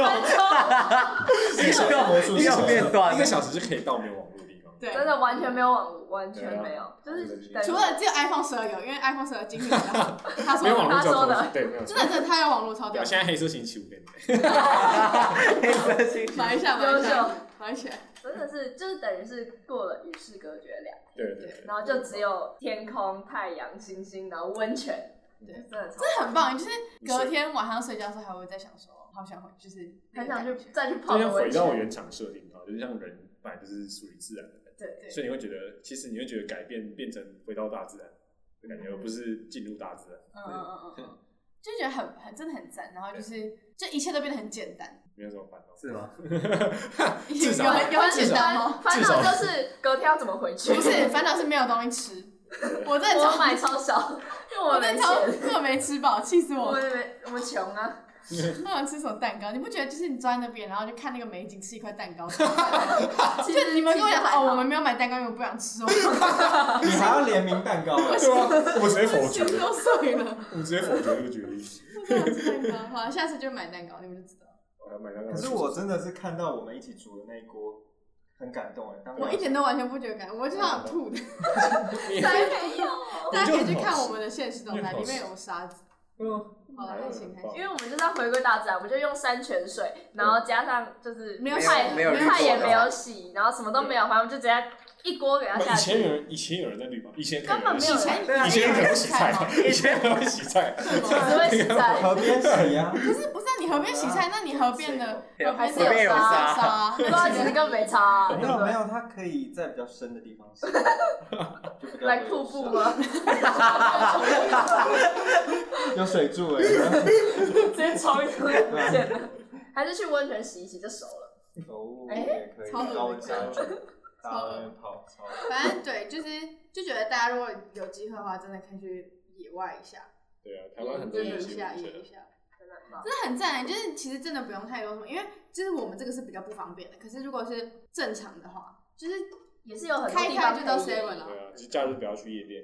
[SPEAKER 4] 个小时
[SPEAKER 1] 要魔术
[SPEAKER 4] 一个
[SPEAKER 1] 师
[SPEAKER 4] 小
[SPEAKER 2] 要变短
[SPEAKER 4] 时，一个小时就可以到没有网络的地方。
[SPEAKER 3] 对
[SPEAKER 5] 真的完全没有网路，完全没有，
[SPEAKER 4] 对
[SPEAKER 5] 就
[SPEAKER 4] 啊
[SPEAKER 5] 是
[SPEAKER 4] 对
[SPEAKER 3] 除了只有 iPhone 十二有，因为 iPhone 十二精品比 较好。他说
[SPEAKER 4] 没有网络
[SPEAKER 5] 他
[SPEAKER 4] 就
[SPEAKER 5] 说
[SPEAKER 4] 有
[SPEAKER 5] 的
[SPEAKER 4] 头对，没有
[SPEAKER 3] 真
[SPEAKER 4] 错。
[SPEAKER 3] 的真的，他有网络超
[SPEAKER 4] 对
[SPEAKER 3] 屌
[SPEAKER 4] 啊，。现在黑色星期五给你们。
[SPEAKER 2] 黑色星期
[SPEAKER 3] 买一下，买
[SPEAKER 5] 优
[SPEAKER 3] 一下
[SPEAKER 5] 秀，，
[SPEAKER 3] 买一下。
[SPEAKER 5] 真的是就是等于是过了与世隔绝两，
[SPEAKER 4] 对对对，
[SPEAKER 5] 然后就只有天空、太阳、星星，然后温泉，
[SPEAKER 3] 对
[SPEAKER 5] 真的超
[SPEAKER 3] 这很棒，就是隔天晚上睡觉的时候还会在想说，好想回，就是
[SPEAKER 5] 很想
[SPEAKER 3] 那个
[SPEAKER 5] 去
[SPEAKER 3] 感觉
[SPEAKER 5] 再去泡
[SPEAKER 4] 就像
[SPEAKER 5] 个温
[SPEAKER 4] 回到
[SPEAKER 5] 泉。
[SPEAKER 4] 原厂设定啊，就是像人本来就是属于自然的感
[SPEAKER 5] 对
[SPEAKER 4] 觉，所以你会觉得，其实你会觉得改变变成回到大自然的感觉，而不是进入大自然。
[SPEAKER 3] 嗯嗯嗯嗯嗯，就觉得很很真的很赞，然后就是就一切都变得很简单，
[SPEAKER 4] 没有什么烦恼。
[SPEAKER 2] 是吗？
[SPEAKER 4] 至少
[SPEAKER 3] 有很有很简单吗？
[SPEAKER 5] 烦烦
[SPEAKER 4] 至少
[SPEAKER 5] 恼就是隔天要怎么回去。
[SPEAKER 3] 不是，烦恼是没有东西吃，我真的
[SPEAKER 5] 我
[SPEAKER 3] 超
[SPEAKER 5] 买超少，因为我
[SPEAKER 3] 我
[SPEAKER 5] 没
[SPEAKER 3] 真的超
[SPEAKER 5] 钱，
[SPEAKER 3] 饿没吃饱，气死
[SPEAKER 5] 我
[SPEAKER 3] 我！
[SPEAKER 5] 们没我们穷啊，
[SPEAKER 3] 我想吃什么蛋糕？你不觉得就是你坐在那边，然后就看那个美景，吃一块蛋糕，
[SPEAKER 5] 其
[SPEAKER 3] 就
[SPEAKER 5] 实
[SPEAKER 3] 你们跟我讲
[SPEAKER 5] 其实还
[SPEAKER 3] 说
[SPEAKER 5] 好
[SPEAKER 3] 哦，我们没有买蛋糕，因为我不想吃，我
[SPEAKER 1] 你还要联名蛋糕哎，
[SPEAKER 4] 对 啊，我直接否决
[SPEAKER 3] 心
[SPEAKER 4] 了，
[SPEAKER 3] 都碎了，
[SPEAKER 4] 我直接否决这个决定。
[SPEAKER 3] 我不想吃蛋糕。好，下次就买蛋糕，你们就知道。
[SPEAKER 4] 我要买那个。
[SPEAKER 1] 可是我真的是看到我们一起煮的那一锅，很感动哎。当时
[SPEAKER 3] 我一点都完全不觉得感，我就想吐的。
[SPEAKER 4] 你
[SPEAKER 5] 才没有，
[SPEAKER 3] 大家可以去看我们的现实动态，里面有沙子。
[SPEAKER 4] 嗯，
[SPEAKER 3] 好了，开心开
[SPEAKER 5] 因
[SPEAKER 3] 心。
[SPEAKER 5] 为我们就是要回归大自然，我们就用山泉水，然后加上就是
[SPEAKER 3] 没有
[SPEAKER 5] 菜，
[SPEAKER 3] 没有绿
[SPEAKER 5] 菜也
[SPEAKER 3] 豆
[SPEAKER 5] 没有洗，然后什么都没有，反正我们就直接一锅给它下
[SPEAKER 4] 以
[SPEAKER 5] 去。
[SPEAKER 4] 前有人，以前有人在绿岛，以前可
[SPEAKER 5] 根本
[SPEAKER 4] 能
[SPEAKER 5] 没
[SPEAKER 4] 洗
[SPEAKER 5] 有
[SPEAKER 3] 以前
[SPEAKER 2] 对啊
[SPEAKER 4] 以前有人
[SPEAKER 3] 人
[SPEAKER 4] 会洗菜， 以前有人会洗菜，
[SPEAKER 5] 只会洗菜，
[SPEAKER 1] 河边洗啊，
[SPEAKER 3] 可是不是啊你河边洗菜，那你河边的
[SPEAKER 5] 还是
[SPEAKER 2] 啊河边有
[SPEAKER 5] 有
[SPEAKER 3] 沙
[SPEAKER 2] 沙，
[SPEAKER 3] 沙，
[SPEAKER 5] 不知道其实根本没差啊。
[SPEAKER 1] 没有没有，它可以在比较深的地方 洗，就比较
[SPEAKER 5] 来瀑布吗？
[SPEAKER 1] 有水 柱哎。
[SPEAKER 5] 直接冲一冲就不见了，还是去温泉洗一洗就熟了。
[SPEAKER 1] 哦，
[SPEAKER 5] 哎
[SPEAKER 1] 也可以
[SPEAKER 3] 超恶
[SPEAKER 1] 高温杀菌，
[SPEAKER 3] 超
[SPEAKER 1] 大
[SPEAKER 3] 恶
[SPEAKER 1] 温泡，超恶
[SPEAKER 3] 反正对，就是就觉得大家如果有机会的话，真的可以去野外一下，
[SPEAKER 4] 对啊，台湾很多
[SPEAKER 3] 野
[SPEAKER 4] 人
[SPEAKER 3] 一
[SPEAKER 4] 喜
[SPEAKER 3] 下，
[SPEAKER 4] 欢
[SPEAKER 3] 野一下，
[SPEAKER 5] 真的很棒
[SPEAKER 3] 真的很赞欸。啊就是其实真的不用太多什么，因为就是我们这个是比较不方便的，可是如果是正常的话，就是
[SPEAKER 5] 也是有很多
[SPEAKER 3] 开一
[SPEAKER 5] 地
[SPEAKER 3] 开
[SPEAKER 5] 方
[SPEAKER 3] 就到
[SPEAKER 5] 可以
[SPEAKER 3] seven 了
[SPEAKER 4] 对。啊，就是假日不要去夜店，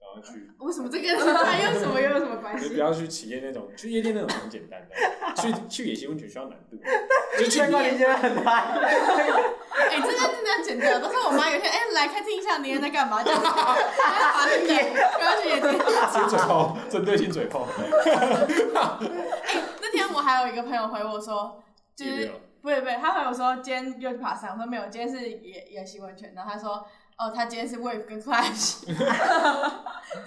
[SPEAKER 4] 然后去
[SPEAKER 3] 为什么这个它又什么又有什么关
[SPEAKER 4] 就
[SPEAKER 3] 系
[SPEAKER 4] 不？要去企业那种，去夜店那种很简单的，去去野溪温泉需要难度，就去
[SPEAKER 2] 难怪你觉得很 嗨。
[SPEAKER 3] 哎、真的真的要剪掉。都是我妈有一天，哎、来看听一下你也在干嘛，这样子， 还要把那个不要去野店。
[SPEAKER 4] 尖嘴炮，针对性嘴炮，
[SPEAKER 3] 那天我还有一个朋友回我说，就
[SPEAKER 4] 也没
[SPEAKER 3] 是
[SPEAKER 4] 有
[SPEAKER 3] 不对不对，他回我说今天又去爬山，我说没有，今天是野野溪温泉，然后他说。哦，他今天是 Wave 跟 Clash，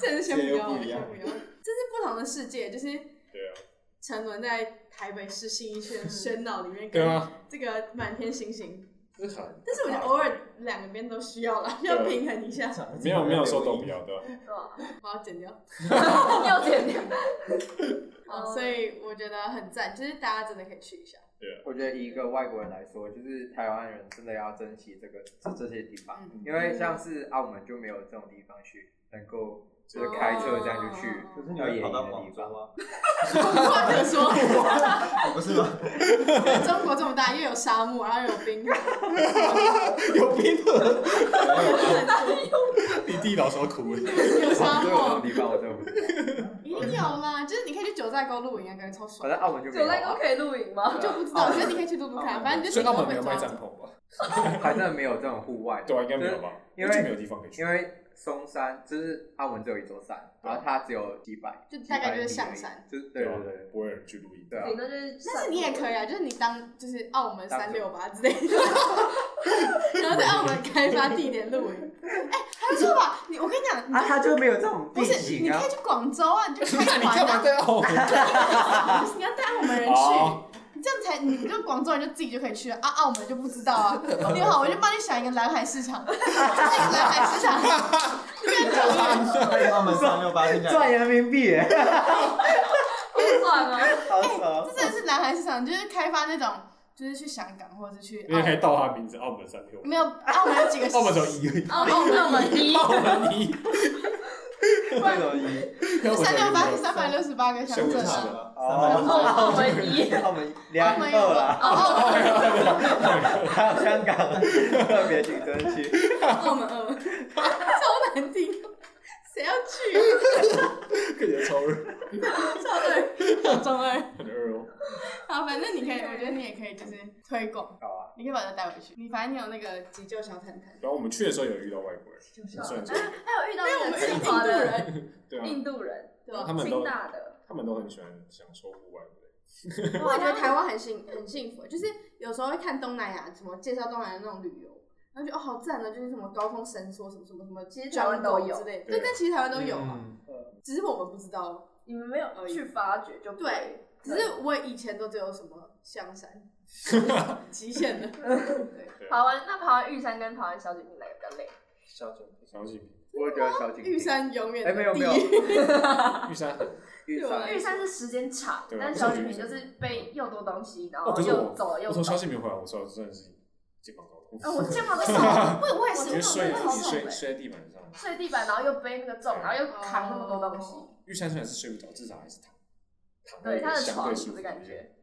[SPEAKER 3] 真的先不要，
[SPEAKER 1] 这又不一样
[SPEAKER 3] 先不要，这是不同的世界，就是
[SPEAKER 4] 对啊，
[SPEAKER 3] 沉沦在台北市信义区的喧闹里面，
[SPEAKER 4] 对
[SPEAKER 3] 跟
[SPEAKER 4] 啊，
[SPEAKER 3] 这个满天星星，
[SPEAKER 4] 那很
[SPEAKER 3] 但是我觉得偶尔两个边都需要啦，要平衡一下。
[SPEAKER 4] 没有没有说懂不了的，
[SPEAKER 5] 对啊吧？
[SPEAKER 3] 我要剪掉。
[SPEAKER 5] 要剪掉。
[SPEAKER 3] 哦，所以我觉得很赞，就是大家真的可以去一下。
[SPEAKER 2] 我觉得以一个外国人来说，就是台湾人真的要珍惜这个这这些地方，
[SPEAKER 3] 嗯
[SPEAKER 2] 因为像是澳门就没有这种地方去能够就是开车这样就去
[SPEAKER 1] 可是你
[SPEAKER 2] 要野
[SPEAKER 1] 会跑
[SPEAKER 2] 营
[SPEAKER 1] 到
[SPEAKER 2] 的地
[SPEAKER 1] 广州
[SPEAKER 2] 方。
[SPEAKER 1] 吗？
[SPEAKER 3] 话可说，
[SPEAKER 1] 不是吗？
[SPEAKER 3] 中国这么大，又有沙漠，然后又有冰河，
[SPEAKER 4] 有病了！
[SPEAKER 3] 很多
[SPEAKER 4] 你弟老说哭了，
[SPEAKER 3] 有沙
[SPEAKER 2] 对有这种
[SPEAKER 3] 漠，
[SPEAKER 2] 地方我真的不知道，
[SPEAKER 3] 一定有啦。就是你可以去九寨沟露营，啊，感觉超
[SPEAKER 2] 反
[SPEAKER 3] 爽。
[SPEAKER 2] 正澳门就没
[SPEAKER 5] 九
[SPEAKER 3] 哦
[SPEAKER 2] 有
[SPEAKER 5] 寨沟
[SPEAKER 2] 啊，
[SPEAKER 5] 可以露营吗？
[SPEAKER 3] 就不知
[SPEAKER 2] 哦
[SPEAKER 3] 道，我觉得你可以去露露看，反正你 就
[SPEAKER 4] 所
[SPEAKER 3] 是
[SPEAKER 4] 以
[SPEAKER 3] 你
[SPEAKER 4] 澳
[SPEAKER 3] 会
[SPEAKER 4] 门没
[SPEAKER 3] 被
[SPEAKER 4] 有
[SPEAKER 3] 抓
[SPEAKER 4] 卖
[SPEAKER 3] 住
[SPEAKER 4] 帐。篷吧？
[SPEAKER 2] 还真的没有这种 户外的。
[SPEAKER 4] 对啊，应该没有吧？
[SPEAKER 2] 因为
[SPEAKER 4] 就没有地方可以去
[SPEAKER 2] 因。为松山就是澳门只有一座山，然后它只有几百，
[SPEAKER 3] 就大概就是
[SPEAKER 2] 几百
[SPEAKER 3] 象
[SPEAKER 2] 米而已
[SPEAKER 3] 山，
[SPEAKER 2] 就是对对
[SPEAKER 4] 啊
[SPEAKER 2] 对对
[SPEAKER 4] 不会有人去露营。
[SPEAKER 2] 对啊
[SPEAKER 5] 顶，多就是散步。
[SPEAKER 3] 但是你也可以啊，就是你当就是澳门
[SPEAKER 2] 当
[SPEAKER 3] 三六八之类的，然后在澳门开发地点露营，哎、还不错吧？你我跟你讲，你就
[SPEAKER 2] 啊，它就没有这种地
[SPEAKER 3] 不是，你
[SPEAKER 2] 形啊
[SPEAKER 3] 可以，去广州啊，你就
[SPEAKER 4] 那
[SPEAKER 3] 开
[SPEAKER 4] 你干
[SPEAKER 3] 团
[SPEAKER 4] 嘛
[SPEAKER 3] 啊，
[SPEAKER 4] 在澳门？
[SPEAKER 3] 不是啊你要带澳门人
[SPEAKER 4] 哦
[SPEAKER 3] 去。你这样才，你就广州人就自己就可以去了啊，澳门就不知道啊。你好，我就帮你想一个蓝海市场， 就是一个蓝海市场，
[SPEAKER 1] 澳门三六八听起来
[SPEAKER 2] 赚人民币耶，
[SPEAKER 5] 不算哦。
[SPEAKER 2] 好爽
[SPEAKER 3] 这。真的是蓝海市场，就是开发那种，就是去香港或者是去
[SPEAKER 4] 你也
[SPEAKER 3] 澳
[SPEAKER 4] 可以
[SPEAKER 3] 门，
[SPEAKER 4] 盗他名字，澳门三票。
[SPEAKER 3] 没有澳门有几个
[SPEAKER 4] 澳门只有一而已，
[SPEAKER 5] 澳门澳门一，
[SPEAKER 4] 澳门一，
[SPEAKER 1] 这有一
[SPEAKER 3] 三六八是
[SPEAKER 4] 三
[SPEAKER 3] 三百六十八个乡镇啊。
[SPEAKER 1] 吗？
[SPEAKER 2] 哦
[SPEAKER 1] 三百
[SPEAKER 5] 澳澳门一，
[SPEAKER 2] 澳门
[SPEAKER 3] 澳
[SPEAKER 2] 两
[SPEAKER 3] 门
[SPEAKER 2] 二啦，
[SPEAKER 3] 哦，
[SPEAKER 2] 还有香港 特别行政区，
[SPEAKER 3] 澳门二，超难听，谁要去啊？
[SPEAKER 4] 感觉超热，
[SPEAKER 3] 超二，中二。
[SPEAKER 4] 很热哦。
[SPEAKER 3] 啊好，反正你可以，我觉得你也可以，就是推广，
[SPEAKER 2] 好啊，
[SPEAKER 3] 你可以把它带回去。你反正你有那个急救小探探，
[SPEAKER 4] 然后我们去的时候有遇到外国人，
[SPEAKER 5] 啊
[SPEAKER 4] 虽然说
[SPEAKER 5] 还有遇到
[SPEAKER 3] 因为我
[SPEAKER 5] 那
[SPEAKER 3] 们
[SPEAKER 5] 个
[SPEAKER 3] 是印
[SPEAKER 5] 清
[SPEAKER 3] 度
[SPEAKER 5] 华的
[SPEAKER 3] 人，
[SPEAKER 4] 对啊，
[SPEAKER 5] 印度人，
[SPEAKER 3] 对吧
[SPEAKER 4] 他们
[SPEAKER 5] 清
[SPEAKER 4] 都
[SPEAKER 5] 大的，
[SPEAKER 4] 他们都很喜欢享受户外的。
[SPEAKER 3] 我觉得台湾很幸很幸福，就是有时候会看东南亚什么介绍东南亚那种旅游。然后就哦好赞啊，就是什么高空伸缩什么什么什么，其
[SPEAKER 5] 实台湾都有
[SPEAKER 3] 之类的，
[SPEAKER 4] 对
[SPEAKER 3] 对，但其实台湾都有啊，
[SPEAKER 1] 嗯
[SPEAKER 3] 只是我们不知道哦。
[SPEAKER 5] 你们没有去发掘就不会
[SPEAKER 3] 对，只是我以前都只有什么香 山，极限的。 对，
[SPEAKER 5] 爬完那爬完玉山跟爬完小景平哪个比较累？
[SPEAKER 1] 小酒瓶
[SPEAKER 4] 相信
[SPEAKER 2] 我觉得小景
[SPEAKER 3] 玉山永远
[SPEAKER 2] 哎没有没有
[SPEAKER 3] 第一
[SPEAKER 4] 玉山很，
[SPEAKER 2] 玉
[SPEAKER 3] 对我来
[SPEAKER 2] 山
[SPEAKER 5] 玉山是时间长，
[SPEAKER 4] 对啊
[SPEAKER 5] 但小景平就是被又多东西，然
[SPEAKER 4] 哦，
[SPEAKER 5] 后
[SPEAKER 4] 可是
[SPEAKER 5] 又
[SPEAKER 4] 我
[SPEAKER 5] 走了又
[SPEAKER 4] 我从
[SPEAKER 5] 走
[SPEAKER 4] 消。息没回来，我说哦真的是肩膀高痛，
[SPEAKER 5] 啊，我肩膀都肿了，我我也
[SPEAKER 4] 我
[SPEAKER 5] 是，
[SPEAKER 4] 觉得睡
[SPEAKER 5] 我也是
[SPEAKER 4] 睡睡在地板上。
[SPEAKER 5] 睡地板，然后又背那个重，然后又扛那么多东西，
[SPEAKER 2] 哦
[SPEAKER 4] 玉山虽然是睡不着，至少还是躺，躺在
[SPEAKER 5] 对
[SPEAKER 4] 一
[SPEAKER 5] 他
[SPEAKER 4] 个
[SPEAKER 5] 的
[SPEAKER 4] 相对
[SPEAKER 5] 床
[SPEAKER 4] 舒服
[SPEAKER 5] 的
[SPEAKER 4] 的
[SPEAKER 5] 感
[SPEAKER 4] 地方
[SPEAKER 5] 觉，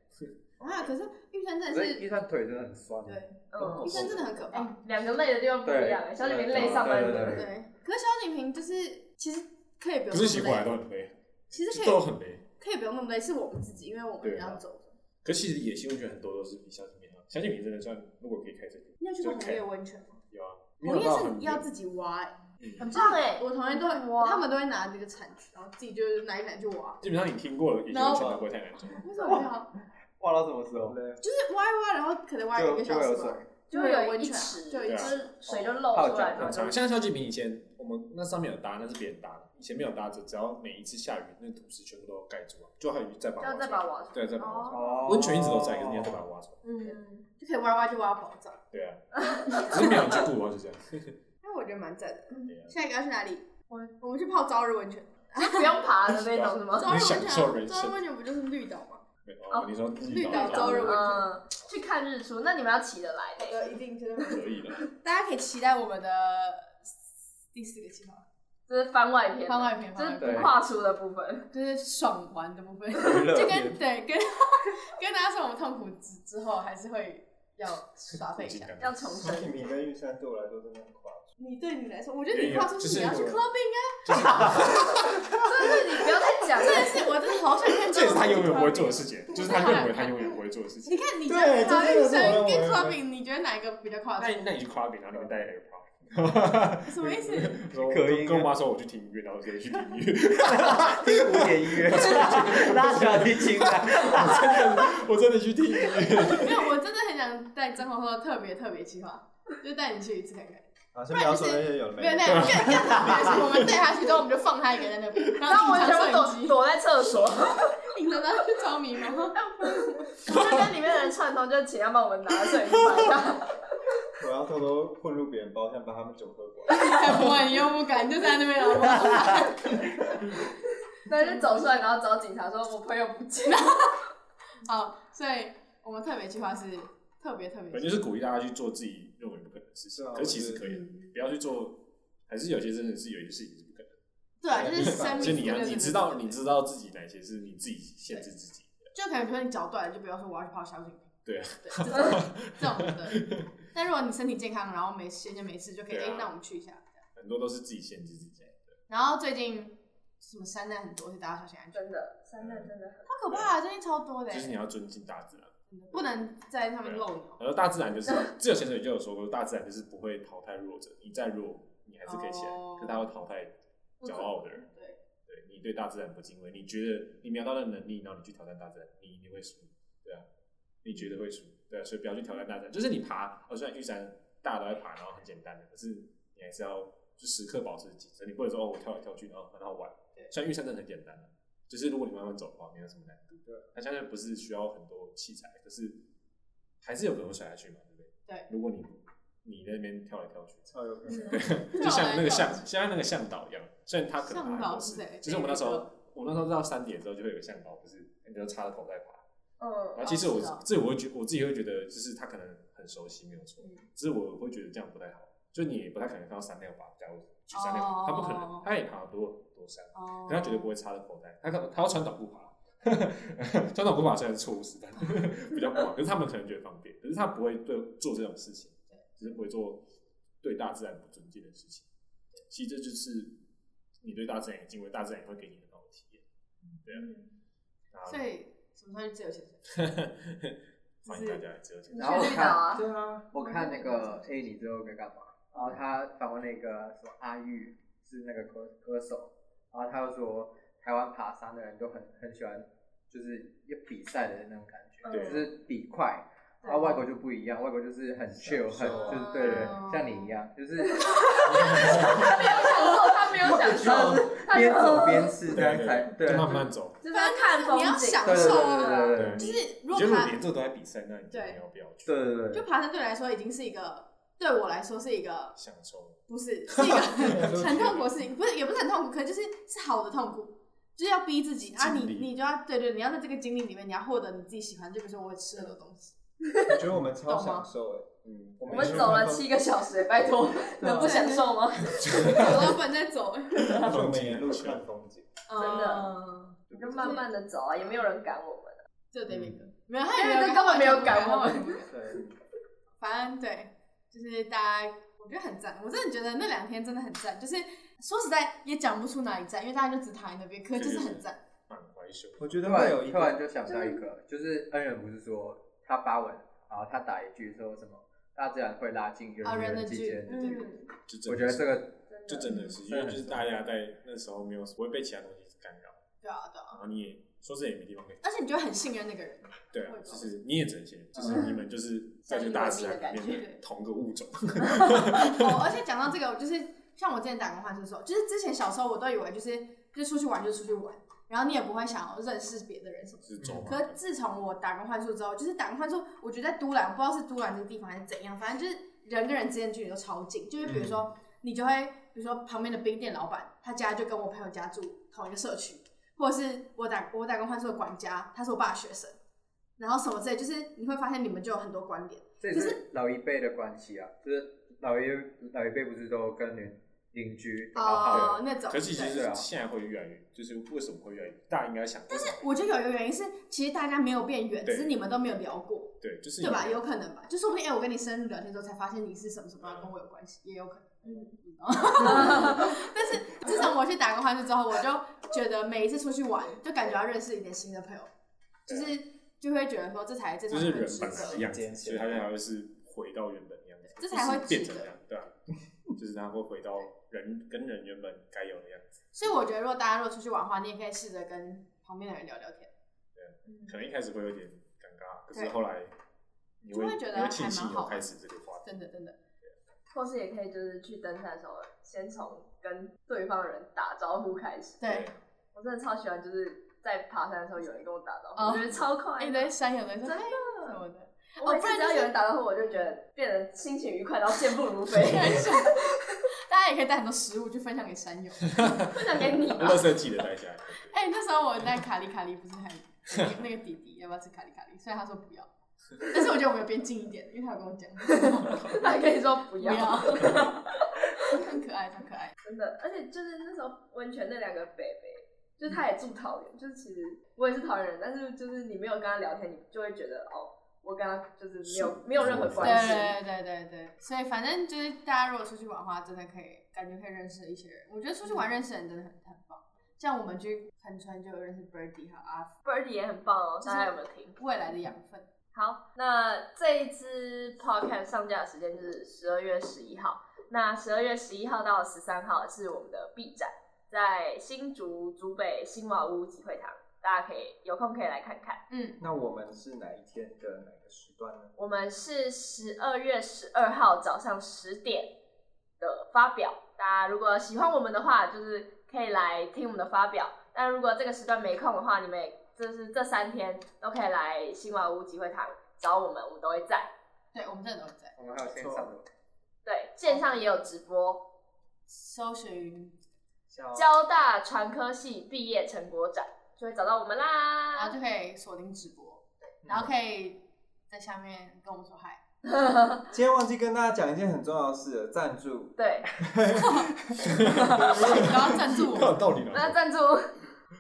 [SPEAKER 3] 啊，可是玉山真
[SPEAKER 2] 可
[SPEAKER 3] 的
[SPEAKER 2] 是
[SPEAKER 3] 是，
[SPEAKER 2] 玉山腿真的很酸，
[SPEAKER 3] 对，
[SPEAKER 5] 嗯
[SPEAKER 3] 玉，山真的很可怕。
[SPEAKER 5] 哎，两个累的地方不一样，哎小景平累上
[SPEAKER 2] 对
[SPEAKER 5] 班
[SPEAKER 2] 对对
[SPEAKER 5] 了，
[SPEAKER 3] 对，可是小景平就是其实可以不用
[SPEAKER 4] 可是醒
[SPEAKER 3] 那
[SPEAKER 4] 过
[SPEAKER 3] 么
[SPEAKER 4] 来
[SPEAKER 3] 累，
[SPEAKER 4] 都很累，
[SPEAKER 3] 其实可
[SPEAKER 4] 都
[SPEAKER 3] 以
[SPEAKER 4] 很累。
[SPEAKER 3] 可以不用那么累，是我们自己，因为我们
[SPEAKER 4] 对
[SPEAKER 3] 要
[SPEAKER 4] 啊
[SPEAKER 3] 走。
[SPEAKER 4] 可其实野性温泉很多都是比小景平好，小景平真的算，如果可以开车，
[SPEAKER 3] 你有去过
[SPEAKER 4] 就
[SPEAKER 3] 红
[SPEAKER 4] 是
[SPEAKER 3] 叶
[SPEAKER 4] 看
[SPEAKER 3] 温泉吗？
[SPEAKER 4] 有啊，没
[SPEAKER 3] 红
[SPEAKER 4] 有
[SPEAKER 3] 叶
[SPEAKER 4] 到很嗯
[SPEAKER 3] 是要
[SPEAKER 4] 远
[SPEAKER 3] 自己挖，哎
[SPEAKER 5] 很棒哎，
[SPEAKER 3] 我同学都会
[SPEAKER 5] 哇
[SPEAKER 3] 他们都会拿那个铲子，然后自己就是拿一铲去挖。
[SPEAKER 4] 基本上你听过了，野性温泉都不会太难做。
[SPEAKER 3] 为什么没有？
[SPEAKER 2] 画到什么时候？
[SPEAKER 3] 就是挖一挖，然后可能挖一
[SPEAKER 2] 就
[SPEAKER 3] 个
[SPEAKER 2] 就
[SPEAKER 3] 小
[SPEAKER 2] 会有
[SPEAKER 3] 时
[SPEAKER 2] 水
[SPEAKER 3] 吧，，
[SPEAKER 5] 哎就
[SPEAKER 3] 会
[SPEAKER 5] 会有
[SPEAKER 3] 温
[SPEAKER 5] 一
[SPEAKER 3] 泉啊，
[SPEAKER 5] 池，
[SPEAKER 3] 就有
[SPEAKER 4] 对
[SPEAKER 3] 一
[SPEAKER 4] 啊
[SPEAKER 5] 就
[SPEAKER 3] 池。
[SPEAKER 5] 是水就漏出来，
[SPEAKER 2] 泡脚
[SPEAKER 5] 然后
[SPEAKER 4] 很
[SPEAKER 5] 就
[SPEAKER 4] 长，像小景平以前我们那上面有搭，那是别人搭的，以前没有搭着，只要每一次下雨，那土石全部都盖住了，就还有再把它
[SPEAKER 5] 要
[SPEAKER 4] 挖
[SPEAKER 5] 再
[SPEAKER 4] 出
[SPEAKER 5] 把
[SPEAKER 4] 来
[SPEAKER 5] 它挖出来。
[SPEAKER 4] 对，再把它挖出
[SPEAKER 2] 哦
[SPEAKER 4] 来。温泉一直都在，可是你要再把它挖出来。
[SPEAKER 3] 嗯，就可以挖一挖就挖宝藏，
[SPEAKER 4] 对啊，只是没有人去顾啊，就这样。
[SPEAKER 3] 那我觉得蛮赞的。
[SPEAKER 4] 对啊
[SPEAKER 3] 下一个要去哪里？我我们去泡朝日温泉。
[SPEAKER 5] 就不用爬的那种，是
[SPEAKER 4] 哦
[SPEAKER 5] 吗？
[SPEAKER 3] 朝日温泉
[SPEAKER 4] 享受人
[SPEAKER 3] 啊，
[SPEAKER 4] 生
[SPEAKER 3] 朝日温泉不就是绿岛吗？
[SPEAKER 4] 没有哦，你说
[SPEAKER 3] 绿岛朝日温泉
[SPEAKER 5] 嗯，去看日出，那你们要起得来的。
[SPEAKER 3] 呃，一定真的蛮
[SPEAKER 4] 可以的，
[SPEAKER 3] 大家可以期待我们的第四个计划，
[SPEAKER 5] 这是番外篇，
[SPEAKER 3] 番外篇，
[SPEAKER 5] 这
[SPEAKER 3] 番外篇
[SPEAKER 5] 是跨出的部分。
[SPEAKER 3] 就是爽玩的部分，
[SPEAKER 2] 娱乐
[SPEAKER 3] 就
[SPEAKER 2] 片
[SPEAKER 3] 跟 对 跟跟大家说我们痛苦之之后，还是会要耍废一下。
[SPEAKER 5] 要重
[SPEAKER 1] 小
[SPEAKER 5] 生
[SPEAKER 1] 酒瓶跟玉山对我来说真的很夸张。
[SPEAKER 3] 你对你来说，我觉得你跨出
[SPEAKER 4] 也
[SPEAKER 3] 去，你
[SPEAKER 4] 有
[SPEAKER 3] 要
[SPEAKER 4] 就是
[SPEAKER 3] 去 clubbing
[SPEAKER 5] 真的是你不要再讲
[SPEAKER 3] 啊！
[SPEAKER 5] 了
[SPEAKER 3] 真， 的是，我真的好想 看。
[SPEAKER 4] 这也是他永远不会做的事。情，就是他认为他永远不会做的 事
[SPEAKER 3] 你
[SPEAKER 4] 情。
[SPEAKER 3] 看，你
[SPEAKER 1] 对这
[SPEAKER 3] 跟爬
[SPEAKER 1] 真的是
[SPEAKER 3] 玉
[SPEAKER 1] 我
[SPEAKER 3] 山
[SPEAKER 1] 认为
[SPEAKER 3] 跟 clubbing，你觉得哪一个比较跨
[SPEAKER 4] 那
[SPEAKER 3] 出？
[SPEAKER 4] 你那你去 clubbing，然后你带 AirPod，
[SPEAKER 3] 什么意思？
[SPEAKER 4] 说
[SPEAKER 2] 可以
[SPEAKER 4] 跟跟我妈说我去听音乐，然后直接去听音乐。
[SPEAKER 2] 听古典音 乐，拉小提琴的，
[SPEAKER 4] 我真的去听音乐，
[SPEAKER 3] 没有，我真的很想带张红说特别特别计划，就带你去一次看看。
[SPEAKER 1] 好，先不要说那些有的
[SPEAKER 3] 没有，
[SPEAKER 1] 没的。
[SPEAKER 3] 那更更更特别的是，我们带他去之后，我们就放他一个在那边，然
[SPEAKER 5] 然后
[SPEAKER 3] 后
[SPEAKER 5] 我
[SPEAKER 3] 隐
[SPEAKER 5] 全
[SPEAKER 3] 藏
[SPEAKER 5] 部
[SPEAKER 3] 摄影
[SPEAKER 5] 躲
[SPEAKER 3] 机，
[SPEAKER 5] 躲在厕所，
[SPEAKER 3] 隐藏他去着迷吗？
[SPEAKER 5] 我就跟里面的人串通，就请他帮我们拿摄影机拍照。
[SPEAKER 1] 然后偷偷混入别人包厢，把他们酒喝光。
[SPEAKER 3] 不会，你又不敢，你就在那边了。
[SPEAKER 5] 那就走出来，然后找警察说：“我朋友不见了。
[SPEAKER 3] 好，所以我们特别计划是特别特别计
[SPEAKER 4] 反
[SPEAKER 3] 划，
[SPEAKER 4] 正就是鼓励大家去做自己认为不可能的事情，
[SPEAKER 1] 对啊
[SPEAKER 4] 可是其实可以的，
[SPEAKER 3] 嗯
[SPEAKER 4] 不要去做，还是有些真的是有些事情是不可能的。
[SPEAKER 3] 对啊，就是生
[SPEAKER 4] 就是
[SPEAKER 3] 命
[SPEAKER 4] 你
[SPEAKER 3] 中
[SPEAKER 4] 要
[SPEAKER 3] 就
[SPEAKER 4] 你
[SPEAKER 3] 是
[SPEAKER 4] 知道你知道自己哪些是你自己限制自己的，
[SPEAKER 3] 就可能比如说你脚断了，就不要说我要去泡小酒瓶。
[SPEAKER 4] 对啊
[SPEAKER 3] 对，这种这种的。但如果你身体健康，然后没闲着没事，就可以哎、
[SPEAKER 4] 对啊
[SPEAKER 3] 诶那我们去一下。
[SPEAKER 4] 很多都是自己限制自己的。
[SPEAKER 3] 然后最近什么山难很多，所以大家小心安”全。
[SPEAKER 5] 真的，山难真的很
[SPEAKER 3] 好可怕、啊，最近超多的、
[SPEAKER 4] 就是你要尊敬大自然，
[SPEAKER 3] 不能在上面漏哦牛。
[SPEAKER 4] 然后大自然就是，自由潜水就有说过，大自然就是不会淘汰弱者，你再弱，你还是可以起来，
[SPEAKER 3] 哦
[SPEAKER 4] 可它会淘汰骄傲的人。
[SPEAKER 3] 对，
[SPEAKER 4] 对你对大自然不敬畏，你觉得你瞄到的能力，然后你去挑战大自然，你一定会输，对啊，你觉得会输，对啊，所以不要去挑战大自然。就是你爬，哦，虽然玉山大家都在爬，然后很简单的，可是你还是要就时刻保持紧身，你不能说哦，我跳来跳去，然后很好玩。虽然玉山真的很简单啊，就是如果你慢慢走的话，没有什么难度。对，它相对不是需要很多器材，可是还是有可能会甩下去嘛，对不对？
[SPEAKER 3] 对，
[SPEAKER 4] 如果你你在那边跳来跳去，
[SPEAKER 1] 超有可能。
[SPEAKER 5] 嗯
[SPEAKER 2] 嗯
[SPEAKER 4] 就像
[SPEAKER 3] 啊
[SPEAKER 4] 那个向，像那个向导一样，虽然他可能
[SPEAKER 3] 向
[SPEAKER 4] 爬
[SPEAKER 3] 导
[SPEAKER 4] 很多
[SPEAKER 3] 是谁哎
[SPEAKER 4] 次，就是我们那时候，我们那时候到山顶之后就会有个向导，不是很多插着头在爬。然后
[SPEAKER 5] 嗯，
[SPEAKER 4] 其实我
[SPEAKER 3] 是哦
[SPEAKER 4] 自己我会觉，我自己会觉得，就是他可能很熟悉，没有错
[SPEAKER 3] 嗯。
[SPEAKER 4] 只是我会觉得这样不太好，就你也不太可能看到山料吧？假如去山
[SPEAKER 3] 哦
[SPEAKER 4] 料，他不可能，他也爬很多很多山，
[SPEAKER 3] 哦
[SPEAKER 4] 可他绝对不会插着口袋，他可能他要穿短裤爬。 穿短裤爬虽然是错误示范， 比较不好，可是他们可能觉得方便，可是他不会对做这种事情，就是不会做对大自然不尊敬的事情。其实这就是你对大自然有敬畏，大自然也会给你很好的体验。对啊，然后
[SPEAKER 3] 嗯所以什么时候去自由潜水？
[SPEAKER 4] 欢迎大家来自由潜水
[SPEAKER 2] 然后我
[SPEAKER 5] 去绿岛啊
[SPEAKER 2] 看，
[SPEAKER 1] 对啊，
[SPEAKER 2] 我看那个 A 你最后该干嘛？然后他访问那个什么阿玉，是那个歌歌手，然后他又说台湾爬山的人都很很喜欢，就是有比赛的那种感觉，
[SPEAKER 5] 对
[SPEAKER 2] 就是比快。然后外国就不一样，外国就是很 chill，很就是对对，对像你一样，就是
[SPEAKER 5] 他没有享受，他没有享
[SPEAKER 2] 他
[SPEAKER 5] 受，
[SPEAKER 2] 是边走边吃这样才对
[SPEAKER 4] 就慢慢走。
[SPEAKER 5] 就是看风景。
[SPEAKER 3] 你要享
[SPEAKER 2] 对对
[SPEAKER 3] 受
[SPEAKER 2] 对
[SPEAKER 3] 啊，
[SPEAKER 2] 对对对
[SPEAKER 3] 就是
[SPEAKER 4] 嗯你
[SPEAKER 3] 如
[SPEAKER 4] 觉
[SPEAKER 3] 果
[SPEAKER 4] 得
[SPEAKER 3] 爬
[SPEAKER 4] 连这都在比赛，那你就
[SPEAKER 3] 对
[SPEAKER 4] 你要不要去
[SPEAKER 2] 对对对
[SPEAKER 3] 就
[SPEAKER 2] 对，
[SPEAKER 3] 爬山对我来说已经是一个，对我来说是一个
[SPEAKER 4] 享受？
[SPEAKER 3] 不 是，是一个很痛苦的事情，不是也不是很痛苦，可就是是好的痛苦，就是要逼自己啊，
[SPEAKER 4] 经
[SPEAKER 3] 你
[SPEAKER 4] 历
[SPEAKER 3] 你就要对对，你要在这个经历里面，你要获得你自己喜欢，就比如说我吃很多东 西，
[SPEAKER 1] 我觉得我们超享受哎，
[SPEAKER 4] 嗯，
[SPEAKER 1] 我
[SPEAKER 5] 我
[SPEAKER 1] 们
[SPEAKER 5] 们走了七个小时，拜托，能
[SPEAKER 2] 啊
[SPEAKER 5] 不享受吗？
[SPEAKER 3] 我老板在走，真
[SPEAKER 1] 我们一路看风景，
[SPEAKER 5] 的，
[SPEAKER 3] 嗯
[SPEAKER 5] 你就慢慢的走啊，也没有人赶我们。
[SPEAKER 3] 就 David
[SPEAKER 5] 嗯
[SPEAKER 3] 哥没有，他
[SPEAKER 5] 因为
[SPEAKER 3] 也没有
[SPEAKER 5] 根本没有赶我
[SPEAKER 3] 们，
[SPEAKER 5] 们，
[SPEAKER 2] 对
[SPEAKER 3] 反正对，就是大家我觉得很赞，我真的觉得那两天真的很赞，就是说实在也讲不出哪里赞，因为大家就只躺在那边，可是就是很赞，
[SPEAKER 4] 满怀羞。
[SPEAKER 1] 我觉得
[SPEAKER 2] 突
[SPEAKER 1] 会有
[SPEAKER 2] 然
[SPEAKER 1] 一
[SPEAKER 2] 突然
[SPEAKER 1] 个
[SPEAKER 2] 就想到一个，就是恩人不是说他发文，然后他打一句说什么大自然会拉近人
[SPEAKER 3] 啊
[SPEAKER 2] 与
[SPEAKER 3] 人的
[SPEAKER 2] 人之
[SPEAKER 3] 距
[SPEAKER 2] 间的
[SPEAKER 3] 离
[SPEAKER 2] 距离，
[SPEAKER 5] 嗯，
[SPEAKER 4] 就真的
[SPEAKER 2] 我觉得
[SPEAKER 4] 是
[SPEAKER 2] 这个
[SPEAKER 4] 就真的是，因为就是大家在那时候没有不会被其他东西干扰，
[SPEAKER 3] 对啊对啊，
[SPEAKER 4] 然后你也说这也没地方可以，
[SPEAKER 3] 而且你就会很信任那 个人，
[SPEAKER 4] 对啊，就是你也整
[SPEAKER 3] 嗯
[SPEAKER 4] 些，就是你们就是 在这大自然里面的同个物种，
[SPEAKER 3] 哦，而且讲到这个，我就是像我之前打工换宿的时候，就是之前小时候我都以为就是就是出去玩就出去玩，然后你也不会想要认识别的人什么。
[SPEAKER 4] 就是走嘛
[SPEAKER 3] 可。是自从我打工换宿之后，就是打工换宿，我觉得在都兰，不知道是都兰这个地方还是怎样，反正就是人跟人之间距离都超近。就是比如说，
[SPEAKER 4] 嗯
[SPEAKER 3] 你就会比如说旁边的冰店老板，他家就跟我朋友家住同一个社区，或者是我打我打工换宿的管家，他是我爸的学生，然后什么之类，就是你会发现你们就有很多关联。
[SPEAKER 2] 这也是老一辈的关系啊，就是老一老一辈不是都跟邻邻居好好的，
[SPEAKER 3] 哦，那种。
[SPEAKER 4] 啊可是其
[SPEAKER 3] 对
[SPEAKER 4] 实现在会越来越，就是为什么会越来越大？家应该想，但是
[SPEAKER 3] 我觉得有一个原因是，其实大家没有变远，
[SPEAKER 4] 对
[SPEAKER 3] 只是你们都没有聊过，
[SPEAKER 4] 对，就是
[SPEAKER 3] 对吧？有可能吧，就说不定哎、我跟你深入聊天之后才发现你是什么什么，跟我有关系，也有可能。嗯， 但是自从我去打工换宿之后，我就觉得每一次出去玩，就感觉要认识一点新的朋友，就是就会觉得说这才这才
[SPEAKER 4] 就是
[SPEAKER 3] 很
[SPEAKER 4] 人
[SPEAKER 3] 值
[SPEAKER 4] 本来的
[SPEAKER 3] 得。
[SPEAKER 4] 样子，所以它才会是回到原本的样子，变成这样，对吧？就是它会回到人跟人原本该有的样子。
[SPEAKER 3] 所以我觉得，如果大家如果出去玩的话，你也可以试着跟旁边的人聊聊天，
[SPEAKER 4] 可能一开始会有点尴尬，可是后来你
[SPEAKER 3] 就
[SPEAKER 4] 会
[SPEAKER 3] 会觉
[SPEAKER 4] 你
[SPEAKER 3] 得
[SPEAKER 4] 会
[SPEAKER 3] 还
[SPEAKER 4] 庆
[SPEAKER 3] 蛮
[SPEAKER 4] 幸
[SPEAKER 3] 好
[SPEAKER 4] 有
[SPEAKER 3] 玩
[SPEAKER 4] 开始这个话题。
[SPEAKER 3] 真的真的。
[SPEAKER 5] 或是也可以就是去登山的时候，先从跟对方的人打招呼开始。
[SPEAKER 3] 对，
[SPEAKER 5] 我真的超喜欢，就是在爬山的时候有人跟我打招呼，
[SPEAKER 3] 哦
[SPEAKER 5] 我觉得超快啊
[SPEAKER 3] 哎，
[SPEAKER 5] 乐。
[SPEAKER 3] 对，山友的时候
[SPEAKER 5] 真的
[SPEAKER 3] 什么的。
[SPEAKER 5] 我每次只要有人打招呼，我哦就觉得变得心情愉快到健步如 飞，
[SPEAKER 3] 哎 大家也可以带很多食物去分享给山友。
[SPEAKER 5] 分享给你吧
[SPEAKER 4] 垃。圾记得带下来。
[SPEAKER 3] 哎、那时候我在卡里卡里不是还有那个弟弟要不要吃卡里卡里？虽然他说不要，但是我觉得我们有变近一点，因为他有跟我讲
[SPEAKER 5] 他还跟你说不
[SPEAKER 3] 不
[SPEAKER 5] 要，
[SPEAKER 3] 要，很可爱，超可爱。
[SPEAKER 5] 真的。而且就是那时候温泉那两个北北，就是他也住桃园，就是其实我也是桃园人，但是就是你没有跟他聊天，你就会觉得哦，我跟他就是没有没有任何关系。
[SPEAKER 3] 对对对对，所以反正就是大家如果出去玩的话，真的可以感觉可以认识一些人。我觉得出去玩认识人真的很很棒。像我们去横川就有认识 Birdy 和阿福
[SPEAKER 5] Birdy 也很棒哦，
[SPEAKER 3] 就是
[SPEAKER 5] 大家有没有听？
[SPEAKER 3] 未来的养分。
[SPEAKER 5] 好，那这一支 podcast 上架的时间就是十二月十一号。那十二月十一号到十三号是我们的 B 展，在新竹竹北新瓦屋集会堂，大家可以有空可以来看看。
[SPEAKER 3] 嗯，
[SPEAKER 1] 那我们是哪一天的哪个时段呢？
[SPEAKER 5] 我们是十二月十二号早上十点的发表，大家如果喜欢我们的话，就是可以来听我们的发表。但如果这个时段没空的话，你们也就是这三天都可以来新瓦屋集会堂找我们，我们都会在。
[SPEAKER 3] 对，我们真的都有在。
[SPEAKER 2] 我们还有线上的，
[SPEAKER 5] 对，线上也有直播，
[SPEAKER 3] 搜寻，
[SPEAKER 1] 叫
[SPEAKER 5] 交大传科系毕业成果展就会找到我们
[SPEAKER 3] 然后
[SPEAKER 5] 啦。
[SPEAKER 3] 就可以锁定直播，然后可以在下面跟我们说嗨。
[SPEAKER 1] 今天忘记跟大家讲一件很重要的事了，赞助。
[SPEAKER 5] 对，
[SPEAKER 3] 然后赞助我
[SPEAKER 4] 要有
[SPEAKER 3] 们，
[SPEAKER 4] 道理
[SPEAKER 5] 那
[SPEAKER 4] 了。
[SPEAKER 5] 赞助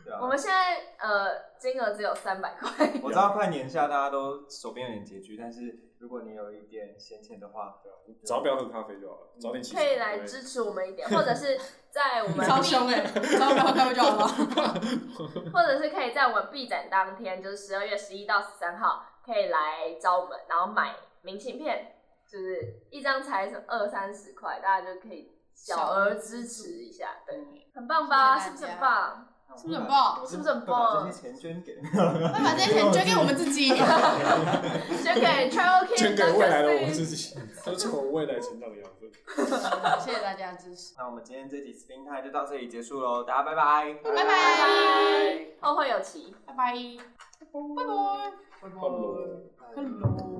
[SPEAKER 1] 对啊
[SPEAKER 5] 我们现在呃金额只有三百块，
[SPEAKER 1] 我知道快年下大家都手边有点拮据，但是如果你有一点闲钱的话，
[SPEAKER 4] 早不要喝咖啡就好了，早点起
[SPEAKER 5] 嗯
[SPEAKER 4] 床。
[SPEAKER 5] 可以来支持我们一点，或者是在我们
[SPEAKER 3] 超凶哎、欸，超高高就好了。
[SPEAKER 5] 或者是可以在我们闭展当天，就是十二月十一到十三号，可以来找我们，然后买明信片，就是一张才是二三十块，大家就可以小额支持一下，对，很棒吧？是
[SPEAKER 3] 嗯
[SPEAKER 5] 不是
[SPEAKER 3] 谢谢大家
[SPEAKER 5] 很棒？
[SPEAKER 1] 那我
[SPEAKER 3] 是不是很
[SPEAKER 1] 把我会
[SPEAKER 5] 是不是很
[SPEAKER 3] 棒？
[SPEAKER 1] 把
[SPEAKER 5] 棒
[SPEAKER 1] 这些钱捐给，
[SPEAKER 3] 快把这些钱捐给我们自己，对
[SPEAKER 5] 捐给 Travel King，
[SPEAKER 4] 捐给未来的我们自
[SPEAKER 5] Dr. Seuss
[SPEAKER 4] 己，都 是我未来成长的养 分。
[SPEAKER 3] 谢谢大家的支持，
[SPEAKER 1] 那我们今天这集 Spin Time 就到这里结束喽，大家拜拜，拜
[SPEAKER 3] 拜
[SPEAKER 5] 拜
[SPEAKER 3] 拜
[SPEAKER 5] 拜，后会有期。
[SPEAKER 3] 拜拜，拜拜，拜拜
[SPEAKER 4] 哈喽。
[SPEAKER 3] ，Hello。